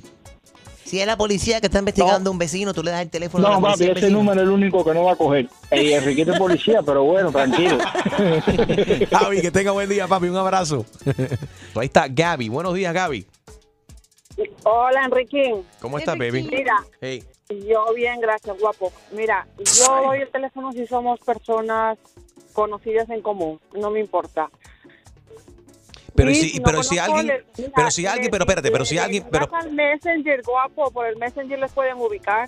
Si es la policía que está investigando a un vecino, tú le das el teléfono a No, la papi, policía. ese número es el único que no va a coger. Y Enriquito es policía, pero bueno, tranquilo. Javi, que tenga buen día, papi. Un abrazo. Ahí está Gaby. Buenos días, Gaby. Hola, Enriquín. ¿Cómo estás, baby? Mira, Hey. yo bien, gracias, guapo. Mira, yo doy el teléfono si somos personas conocidas en común, no me importa. Pero Sí, si, si no pero si conozco, alguien, le- mira, pero si le- alguien, pero espérate, pero si alguien, pero Vas al Messenger, guapo, por el Messenger les pueden ubicar.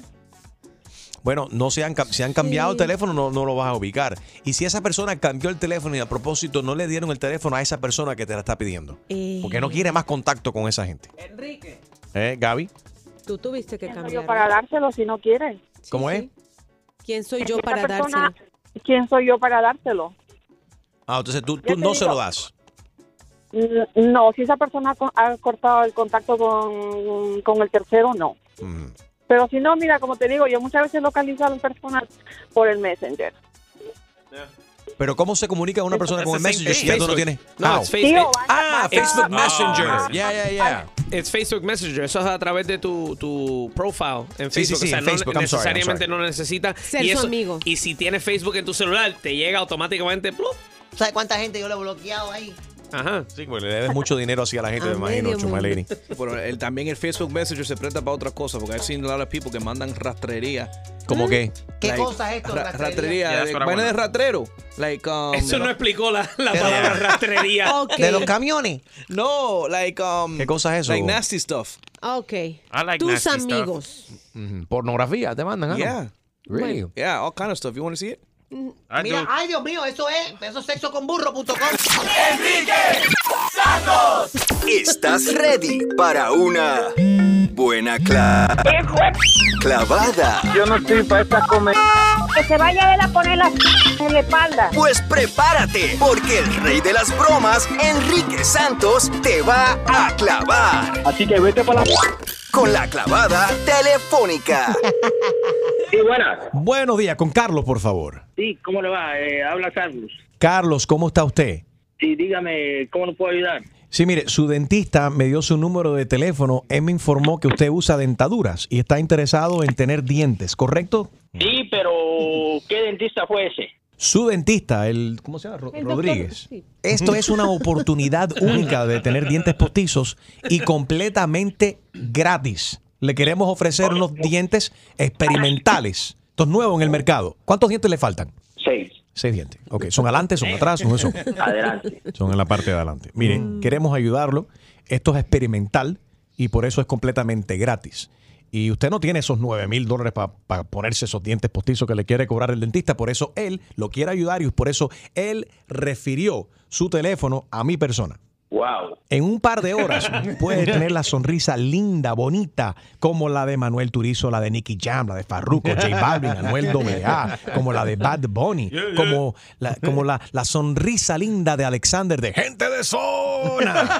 bueno, no se han, cam- si han cambiado el teléfono, no, no lo vas a ubicar. Y si esa persona cambió el teléfono y a propósito no le dieron el teléfono a esa persona que te la está pidiendo, Eh, porque no quiere más contacto con esa gente. Enrique. ¿Eh, Gaby? Tú tuviste que ¿Quién soy cambiar. yo para dárselo si no quieren? ¿Cómo es? ¿Quién soy yo Esa para persona- dárselo? ¿Quién soy yo para dárselo? Ah, entonces tú, tú te no se digo. lo das. Mm, No, si esa persona co- ha cortado el contacto con, con el tercero, no. Pero si no, mira, como te digo, yo muchas veces localizo a las personas por el Messenger. Pero ¿cómo se comunica una persona con el That's the same Messenger si thing. ya tú no Facebook. tienes? No, Ah. it's Facebook. Ah, Ah, Facebook ah. Messenger. Yeah, yeah, yeah. es Facebook Messenger. Eso es a través de tu, tu profile en Facebook. Sí, sí, sí, o sea, en no Facebook. I'm sorry, I'm necesariamente sorry. no necesita. Ser y su amigo. Y si tienes Facebook en tu celular, te llega automáticamente. ¡plup! ¿Sabes cuánta gente yo lo he bloqueado ahí? Ajá. Sí, pues le debes mucho dinero así a la gente, A me imagino, medio mundo. Chumalini. Pero el- también el Facebook Messenger se presta para otras cosas, porque I've seen a lot of people que mandan rastrería. ¿Cómo qué? ¿Qué cosa es esto, rastrería? Rastrería, Ya, de- that's what I vaina de wanna- rastrero. Like, um, Eso de no la- explicó la, la palabra rastrería. camiones? No, like... Um, ¿Qué cosa es eso? Like nasty stuff. Ok. Ah, like Tus nasty stuff. amigos. Mm, Pornografía, te mandan, ¿ah? no? Yeah. Really? Yeah, all kind of stuff. You want to see it? Mira, ah, ay Dios mío, eso es, eso es sexoconburro.com. ¡Enrique Santos! ¿Estás ready para una buena cla- clavada? Yo no estoy para estas comer. Que se vaya él a poner la en la espalda. Pues prepárate, porque el rey de las bromas, Enrique Santos, te va a clavar. Así que vete para la... Con la clavada telefónica. Sí, buenas. Buenos días, con Carlos, por favor. Sí, ¿cómo le va? Eh, habla Carlos. Carlos, ¿cómo está usted? Sí, dígame, ¿cómo lo puedo ayudar? Sí, mire, su dentista me dio su número de teléfono. Él me informó que usted usa dentaduras y está interesado en tener dientes, ¿correcto? Sí, pero ¿qué dentista fue ese? Su dentista, el ¿cómo se llama? Ro- Rodríguez. Esto es una oportunidad única de tener dientes postizos y completamente gratis. Le queremos ofrecer unos dientes experimentales. Esto es nuevo en el mercado. ¿Cuántos dientes le faltan? Seis. Seis dientes. Ok, ¿son adelante, son atrás, son eso? Adelante. Son en la parte de adelante. Miren, queremos ayudarlo. Esto es experimental y por eso es completamente gratis. Y usted no tiene esos 9 mil dólares para ponerse esos dientes postizos que le quiere cobrar el dentista. Por eso él lo quiere ayudar y por eso él refirió su teléfono a mi persona. Wow. En un par de horas puede tener la sonrisa linda, bonita, como la de Manuel Turizo, la de Nicky Jam, la de Farruko, J Balvin, Anuel AA, como la de Bad Bunny, Yeah, yeah. como la, como la, la sonrisa linda de Alexander de Gente de Zona.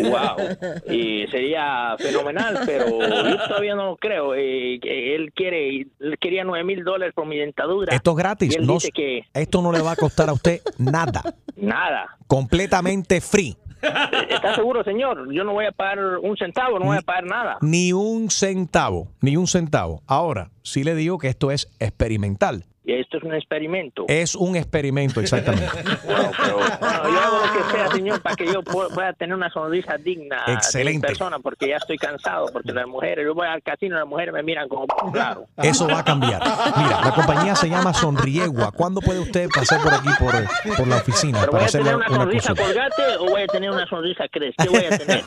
Wow. Y sería fenomenal, pero yo todavía no lo creo. Eh, que él quiere, él quería nueve mil dólares por mi dentadura. Esto es Y gratis. él No, dice que esto no le va a costar a usted nada. nada. Completamente free. ¿Está seguro, señor? Yo no voy a pagar un centavo, no voy a pagar nada. Ni un centavo, ni un centavo. Ahora, sí le digo que esto es experimental. Y esto es un experimento. Es un experimento, exactamente. Bueno, yo hago lo que sea, señor, para que yo pu- pueda tener una sonrisa digna de mi Excelente. persona, porque ya estoy cansado, porque las mujeres, yo voy al casino, las mujeres me miran como claro. Eso va a cambiar. Mira, la compañía se llama Sonriegua. ¿Cuándo puede usted pasar por aquí, por, eh, por la oficina, Pero voy para a hacer una, tener una una sonrisa consulta? colgate o voy a tener una sonrisa cres. ¿Qué voy a tener?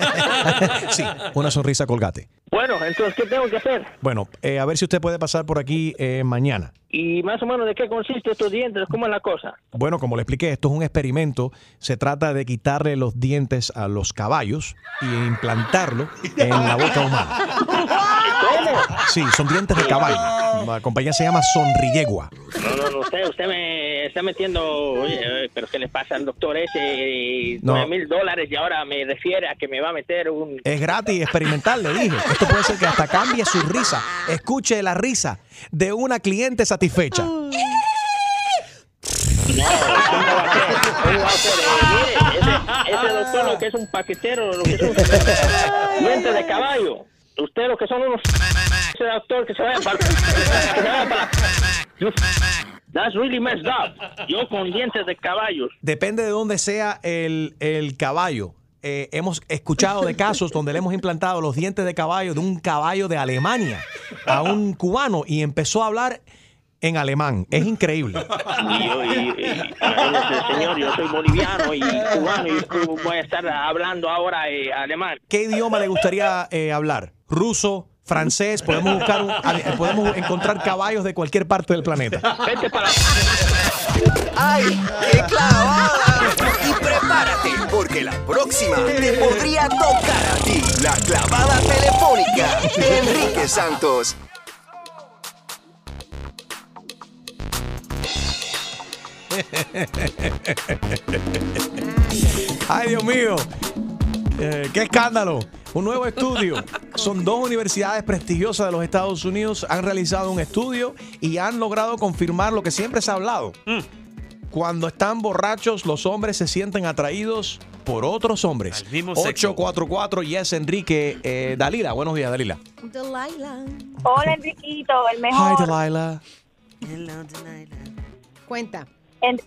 sí. Una sonrisa colgate. Bueno, entonces, ¿qué tengo que hacer? Bueno, eh, a ver si usted puede pasar por aquí eh, mañana. Y más o menos, ¿de qué consiste estos dientes? ¿Cómo es la cosa? Bueno, como le expliqué, esto es un experimento. Se trata de quitarle los dientes a los caballos y implantarlo en la boca humana. Sí, son dientes de caballo. La compañía se llama Sonriegua. No, no, no, usted, usted me está metiendo, oye, eh, pero ¿qué le pasa al doctor ese? No. Nueve mil dólares y ahora me refiere a que me va a meter un... Es gratis, experimental, le dije. Esto puede ser que hasta cambie su risa. Escuche la risa de una cliente satisfecha. ¿Cómo va a ser? Eh, mire, ese, ese doctor lo que es un paquetero, lo que es un diente de caballo. Usted lo que son unos... Ese doctor que se vaya para... Que se vaya para... That's really messed up. Yo con dientes de caballos. Depende de dónde sea el, el caballo. Eh, hemos escuchado de casos donde le hemos implantado los dientes de caballo de un caballo de Alemania a un cubano y empezó a hablar en alemán. Es increíble. Y yo, y, y- imagínese, señor, yo soy boliviano y cubano y cu- voy a estar hablando ahora eh, alemán. ¿Qué idioma le gustaría eh, hablar? ¿Ruso? ¿Francés? Podemos, buscar un- eh, podemos encontrar caballos de cualquier parte del planeta. Vete para... ¡Ay, qué clavada! Y prepárate, porque la próxima te podría tocar a ti. La clavada telefónica de Enrique Santos. Ay, Dios mío. Eh, qué escándalo. Un nuevo estudio. Son dos universidades prestigiosas de los Estados Unidos. Han realizado un estudio y han logrado confirmar lo que Mm. siempre se ha hablado. Cuando están borrachos, los hombres se sienten atraídos por otros hombres. mismo sexo. 844 Yes Enrique. Eh, Dalila, buenos días, Dalila. Delilah. Hola, Enriquito, el mejor. Hi, Dalila. Cuenta. En-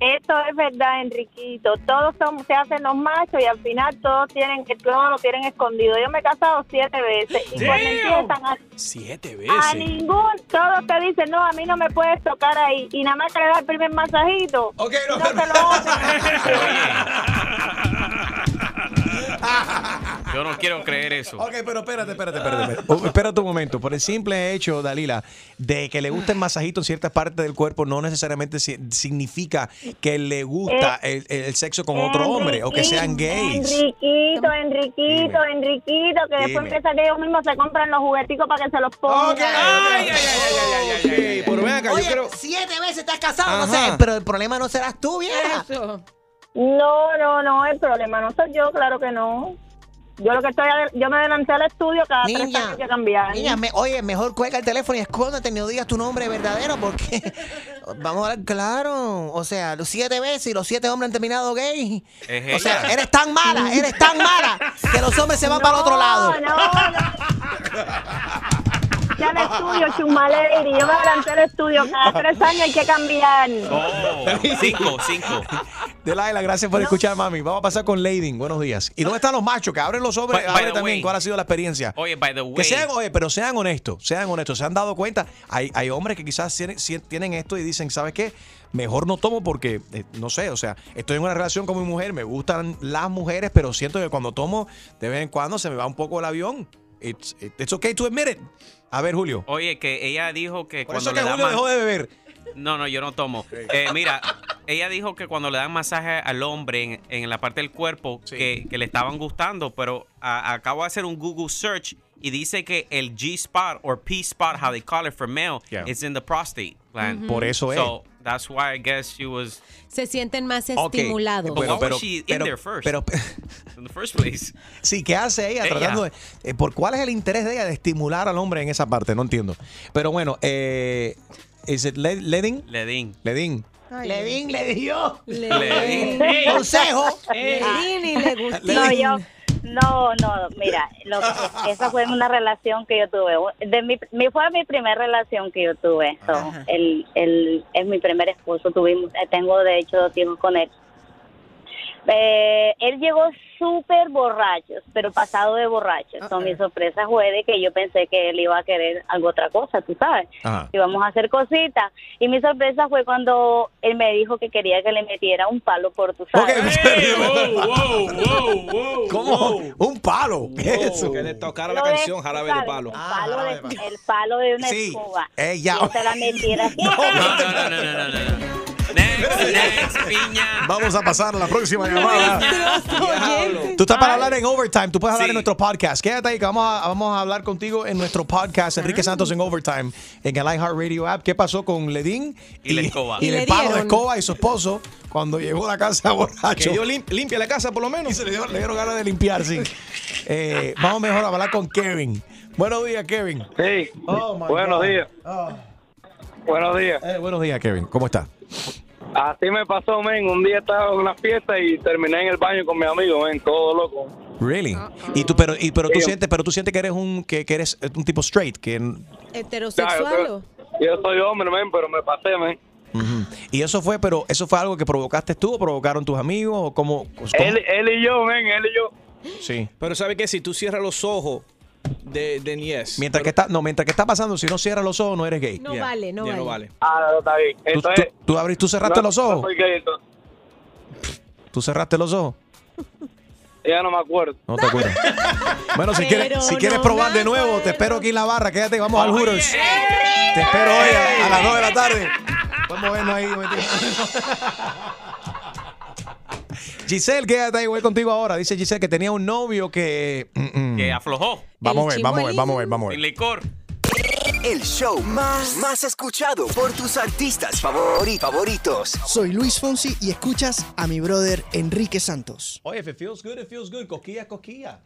eso es verdad, Enriquito. Todos son- se hacen los machos y al final todos tienen que todo lo tienen escondido. Yo me he casado siete veces y cuando Damn. empiezan a, Siete a ningún, todos te dicen, no, a mí no me puedes tocar ahí y nada más que le das el primer masajito. no, te lo hacen. Yo no quiero creer eso. Ok, pero espérate, espérate, espérate. espérate. Oh, espérate un momento. Por el simple hecho, Dalila, de que le gusten masajitos en ciertas partes del cuerpo, no necesariamente si- significa que le gusta el, el sexo con otro hombre o que sean gays. Enriquito, Enriquito, Enriquito, que después Dime. empiezan ellos mismos se compran los jugueticos para que se los pongan. Ok, pero ven acá, Oye, yo creo. siete veces estás casado, no Ajá. sé, pero el problema no serás tú, vieja. No, no, no, el problema no soy yo, claro que no. Yo lo que estoy, adel- yo me adelanté al estudio cada tres Niña, años que cambiar. niña, me- oye, mejor cuelga el teléfono y escóndete, no digas tu nombre verdadero, porque vamos a hablar claro. O sea, los siete veces y los siete hombres han terminado gay. Es O sea, ella. eres tan mala, eres tan mala que los hombres se van para el otro lado. No, Ya al estudio, chumaleri, yo me adelanté al estudio cada tres años hay que cambiar. Oh, cinco, cinco. Delaila, gracias por escuchar, mami. Vamos a pasar con Lading. Buenos días. ¿Y dónde están los machos? Que abren los hombres. By- by abre the también. way. ¿Cuál ha sido la experiencia? Oye, by the way. Que sean, oye, pero sean honestos, sean honestos. Se han dado cuenta, hay, hay hombres que quizás tienen, si- tienen esto y dicen, ¿sabes qué? Mejor no tomo porque, eh, no sé, o sea, estoy en una relación con mi mujer, me gustan las mujeres, pero siento que cuando tomo, de vez en cuando se me va un poco el avión. It's, it- it's okay to admit it. A ver, Julio. Oye, que ella dijo que Por cuando eso le que dan Julio mas- dejó de beber. No, no, yo no tomo. Eh, mira, ella dijo que cuando le dan masaje al hombre en, en la parte del cuerpo que, que le estaban gustando, pero a- acabo de hacer un Google search y dice que el G spot or P spot, how they call it for male, Yeah. is in the prostate gland. Ujú. Por eso es. So that's why I guess she was Se sienten más Ok, estimulados. But why was she in there first? pero- in the first place. Sí, ¿qué hace ella, Ella. tratando de... eh, ¿Por cuál es el interés de ella de estimular al hombre en esa parte? No entiendo. Pero bueno, eh, ¿is it Led- Ledin? Ledin. Ledin. Ledín le dio. Ledín. Consejo. Ledín y le gustó. No, yo, no, no, mira, lo- esa fue una relación que yo tuve. De mi, mi- fue mi primera relación que yo tuve. So, el, el, es mi primer esposo, tuvimos, eh, tengo de hecho dos hijos con él. Eh, él llegó súper borracho, pero pasado de borracho. So, mi sorpresa fue de que yo pensé que él iba a querer algo otra cosa, tú sabes. Ajá. Y vamos a hacer cositas. Y mi sorpresa fue cuando él me dijo que quería que le metiera un palo por tu sabes. ¿Cómo? ¿Un palo? ¿Qué es eso? Que le tocara la Lo de- canción Jarabe de ¿sabes? Palo. Un palo Ah, de- el palo de una Sí, Eh, escoba. ella. Y se la metiera aquí. Vamos a pasar a la próxima llamada. Tú estás para hablar en overtime, tú puedes hablar en nuestro podcast. Quédate ahí que vamos a, vamos a hablar contigo en nuestro Ah. podcast, Enrique Santos en Overtime, en el iHeartRadio app. ¿Qué pasó con Ledín Y la escoba. Y, Y el le palo de dieron. escoba y su esposo cuando llegó a la casa borracho. Que yo lim- limpie la casa por lo menos. Y se le, dio- le dieron ganas de limpiar, sí. Eh, vamos mejor a hablar con Kevin. Buenos días, Kevin. Sí. Oh, my Buenos God. Oh. días. Buenos días. Eh, buenos días, Kevin. ¿Cómo estás? Así me pasó, men. Un día estaba en una fiesta y terminé en el baño con mi amigo, men. Todo loco. Really? Uh-uh. Y tú, pero, y, pero tú Sí. sientes, pero tú sientes que eres un, que, que eres eh, un tipo straight, que Ya, yo, Heterosexual. soy- yo soy hombre, men, pero me pasé, men. Ujú. Y eso fue, pero eso fue algo que provocaste tú o provocaron tus amigos o cómo. cómo- Él, él y yo, men, él y yo. Sí. Pero ¿sabe que Si tú cierras los ojos de, de Nies. Mientras que está, no, mientras que está pasando, si no cierras los ojos no eres gay. Yeah. Ya no vale. Ah, no, está bien. Tú, Entonces, tú- tú abres- tú cerraste no, los ojos. No soy gay, entonces. Tú cerraste los ojos. Ya no me acuerdo. No te acuerdas. Bueno, si quieres, si quieres probar de nuevo, te espero aquí en la barra. Quédate, vamos al Hooters. Te espero hoy a, a las 2 de la tarde. Vamos a vernos ahí. metido. Giselle, quédate ahí, voy contigo ahora. Dice Giselle que tenía un novio que. mm, mm. Que aflojó. Vamos a ver, vamos a ver, vamos a ver, vamos a ver. Sin licor. El show más, más escuchado por tus artistas favori- favoritos. Soy Luis Fonsi y escuchas a mi brother Enrique Santos. Oye, if it feels good, it feels good. Cosquillas, cosquillas.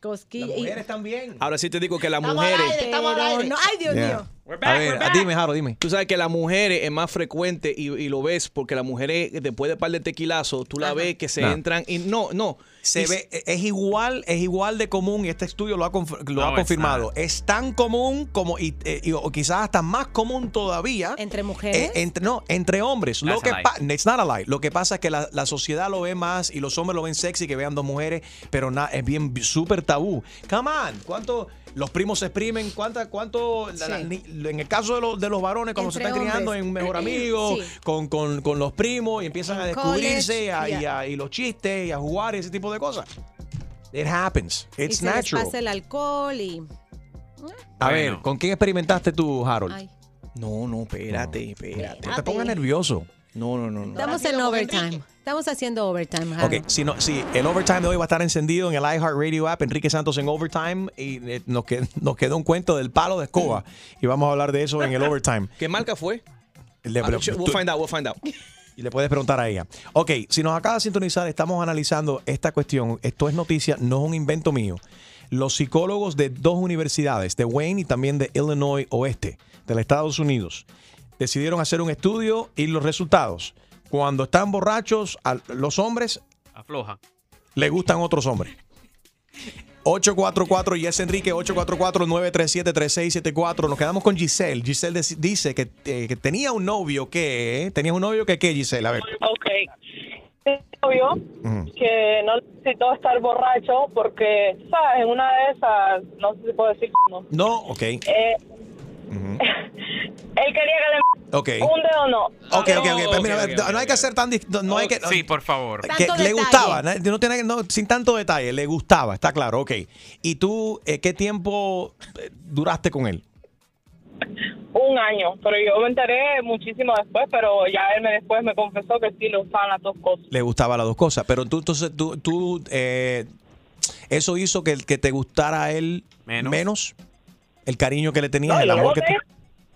Cosquillas. Las mujeres también. Ahora sí te digo que las Estamos al mujeres. aire, estamos al Pero aire. no- ay, Dios Yeah. mío. A ver, dime, Jaro, dime. Tú sabes que las mujeres es más frecuente y, y lo ves porque las mujeres después de par de tequilazos, tú la ves que se No. entran y no, no. Se Y- ve, es igual, es igual de común, y este estudio lo ha, conf- lo No, ha it's confirmado. not. Es tan común como, y, eh, y- o quizás hasta más común todavía. ¿Entre mujeres? eh, entre, no, entre hombres. Lo That's que a lie. pa- it's not a lie. Lo que pasa es que la, la sociedad lo ve más y los hombres lo ven sexy que vean dos mujeres, pero na- es bien súper tabú. Come on, ¿cuánto los primos se exprimen? ¿Cuánta, ¿Cuánto? la- la- Sí. ni- en el caso de, los- de los varones, cuando se Entre están criando hombres. Eh, en mejor amigo, Sí. con, con- con los primos y empiezan a descubrirse college, a- y, yeah. a- y los chistes y a jugar y ese tipo de cosas. It happens. y It's se les natural. pasa el alcohol y... A ver, ¿con quién experimentaste tú, Harold? Ay. No, no, espérate, espérate. No te pongas nervioso. No, no, no. Estamos en overtime. Estamos haciendo overtime, Harold. Ok, si no, sí, el overtime de hoy va a estar encendido en el iHeartRadio app, Enrique Santos en overtime, y eh, nos, qued- nos quedó un cuento del palo de escoba, y vamos a hablar de eso en el overtime. ¿Qué marca fue? Le- Ah, pero- we'll tú- find out, we'll find out. y le puedes preguntar a ella. Ok, si nos acaba de sintonizar, estamos analizando esta cuestión. Esto es noticia, no es un invento mío. Los psicólogos de dos universidades, de Wayne y también de Illinois Oeste, de los Estados Unidos, decidieron hacer un estudio y los resultados. Cuando están borrachos, a los hombres Afloja. le gustan otros hombres. 844 Yes Enrique 844-937-3674. Nos quedamos con Giselle. Giselle deci- dice que, eh, que tenía un novio que. Tenía un novio que qué, Giselle. A ver. Ok. Es obvio Mm. que no necesito estar borracho porque, ¿sabes? En una de esas, no sé si puedo decir cómo. No, ok. Eh, él quería que le Ok. un dedo no. Ok, ok, ok. Pues mira, a ver, no hay que ser tan. dis- No no hay que. Sí, por favor. que le gustaba, na- no tiene que- no, sin tanto detalle, le gustaba, está claro, ok. ¿Y tú eh, qué tiempo eh, duraste con él? Un año, pero yo me enteré muchísimo después, pero ya él me después me confesó que sí le usaban las dos cosas. Le gustaba las dos cosas, pero tú entonces tú, tú eh, eso hizo que el que te gustara a él menos, el cariño que le tenías, el amor que te-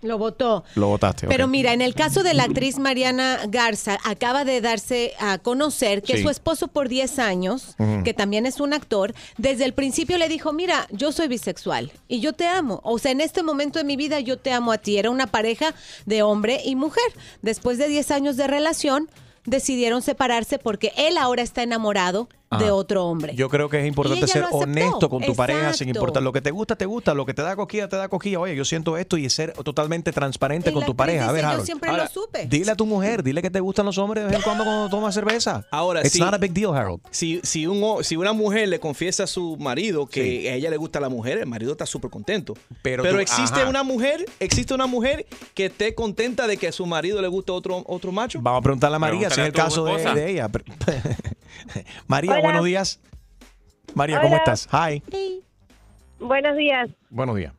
Lo votó. lo votaste. Pero mira, en el caso de la actriz Mariana Garza, acaba de darse a conocer que Sí. su esposo por 10 años, Ujú. que también es un actor, desde el principio le dijo, mira, yo soy bisexual y yo te amo. O sea, en este momento de mi vida yo te amo a ti. Era una pareja de hombre y mujer. Después de 10 años de relación, decidieron separarse porque él ahora está enamorado de Ajá. otro hombre. Yo creo que es Y importante ella ser lo aceptó. honesto con tu pareja, sin Exacto. importar lo que te gusta, te gusta, lo que te da cosquilla, te da cosquilla. Oye, yo siento esto y ser totalmente transparente Y con la tu pareja. actriz A ver, dice, "Yo Harold. siempre lo supe. Dile a tu mujer, dile que te gustan los hombres de vez en cuando cuando tomas cerveza. Ahora It's sí. not a big deal, Harold. Si, si, un ho- si una mujer le confiesa a su marido que a ella le gusta la mujer, el marido está súper contento. Pero, tú- existe ajá. una mujer, existe una mujer que esté contenta de que a su marido le gusta otro, otro macho. Vamos a preguntarle a María si es el Pregúntale a tu caso de, esposa. de ella. María, Hola. buenos días. María, ¿cómo Hola. estás? Hi. Buenos días. Buenos días.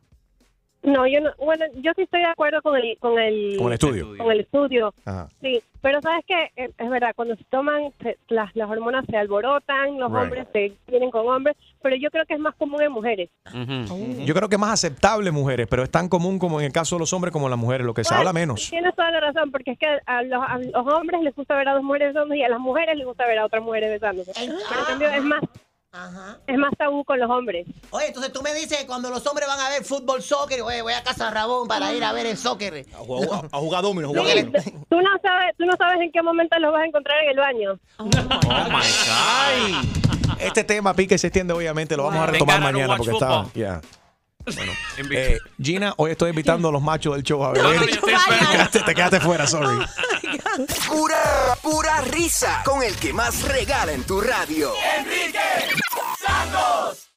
No, yo no, bueno, yo sí estoy de acuerdo con el con el, Con el estudio. con el estudio. Ajá. Sí, pero sabes que es verdad, cuando se toman se- las, las hormonas se alborotan, los Right. hombres se vienen con hombres, pero yo creo que es más común en mujeres. Yo creo que es más aceptable, mujeres, pero es tan común como en el caso de los hombres como en las mujeres, lo que se Bueno, habla menos. Pues, Tienes toda la razón, porque es que a los, a los hombres les gusta ver a dos mujeres besándose y a las mujeres les gusta ver a otras mujeres besándose. ah. Pero en cambio es más es más tabú con los hombres. Oye, entonces tú me dices que cuando los hombres van a ver fútbol, soccer, oye, voy a casa de Rabón para ir a ver el soccer. A jugar, a jugar domino, a Tú jugar domino. no sabes, tú no sabes en qué momento los vas a encontrar en el baño. Oh my God. Este tema pique se extiende, obviamente, lo vamos a retomar Venga, ahora mañana watch porque está. football. Yeah. Bueno, Invito. eh, Gina, hoy estoy invitando a los machos del show a ver. No, no, yo te, estoy quedaste, te quedaste fuera, sorry. Pura, pura risa con el que más regala en tu radio. ¡Enrique Santos!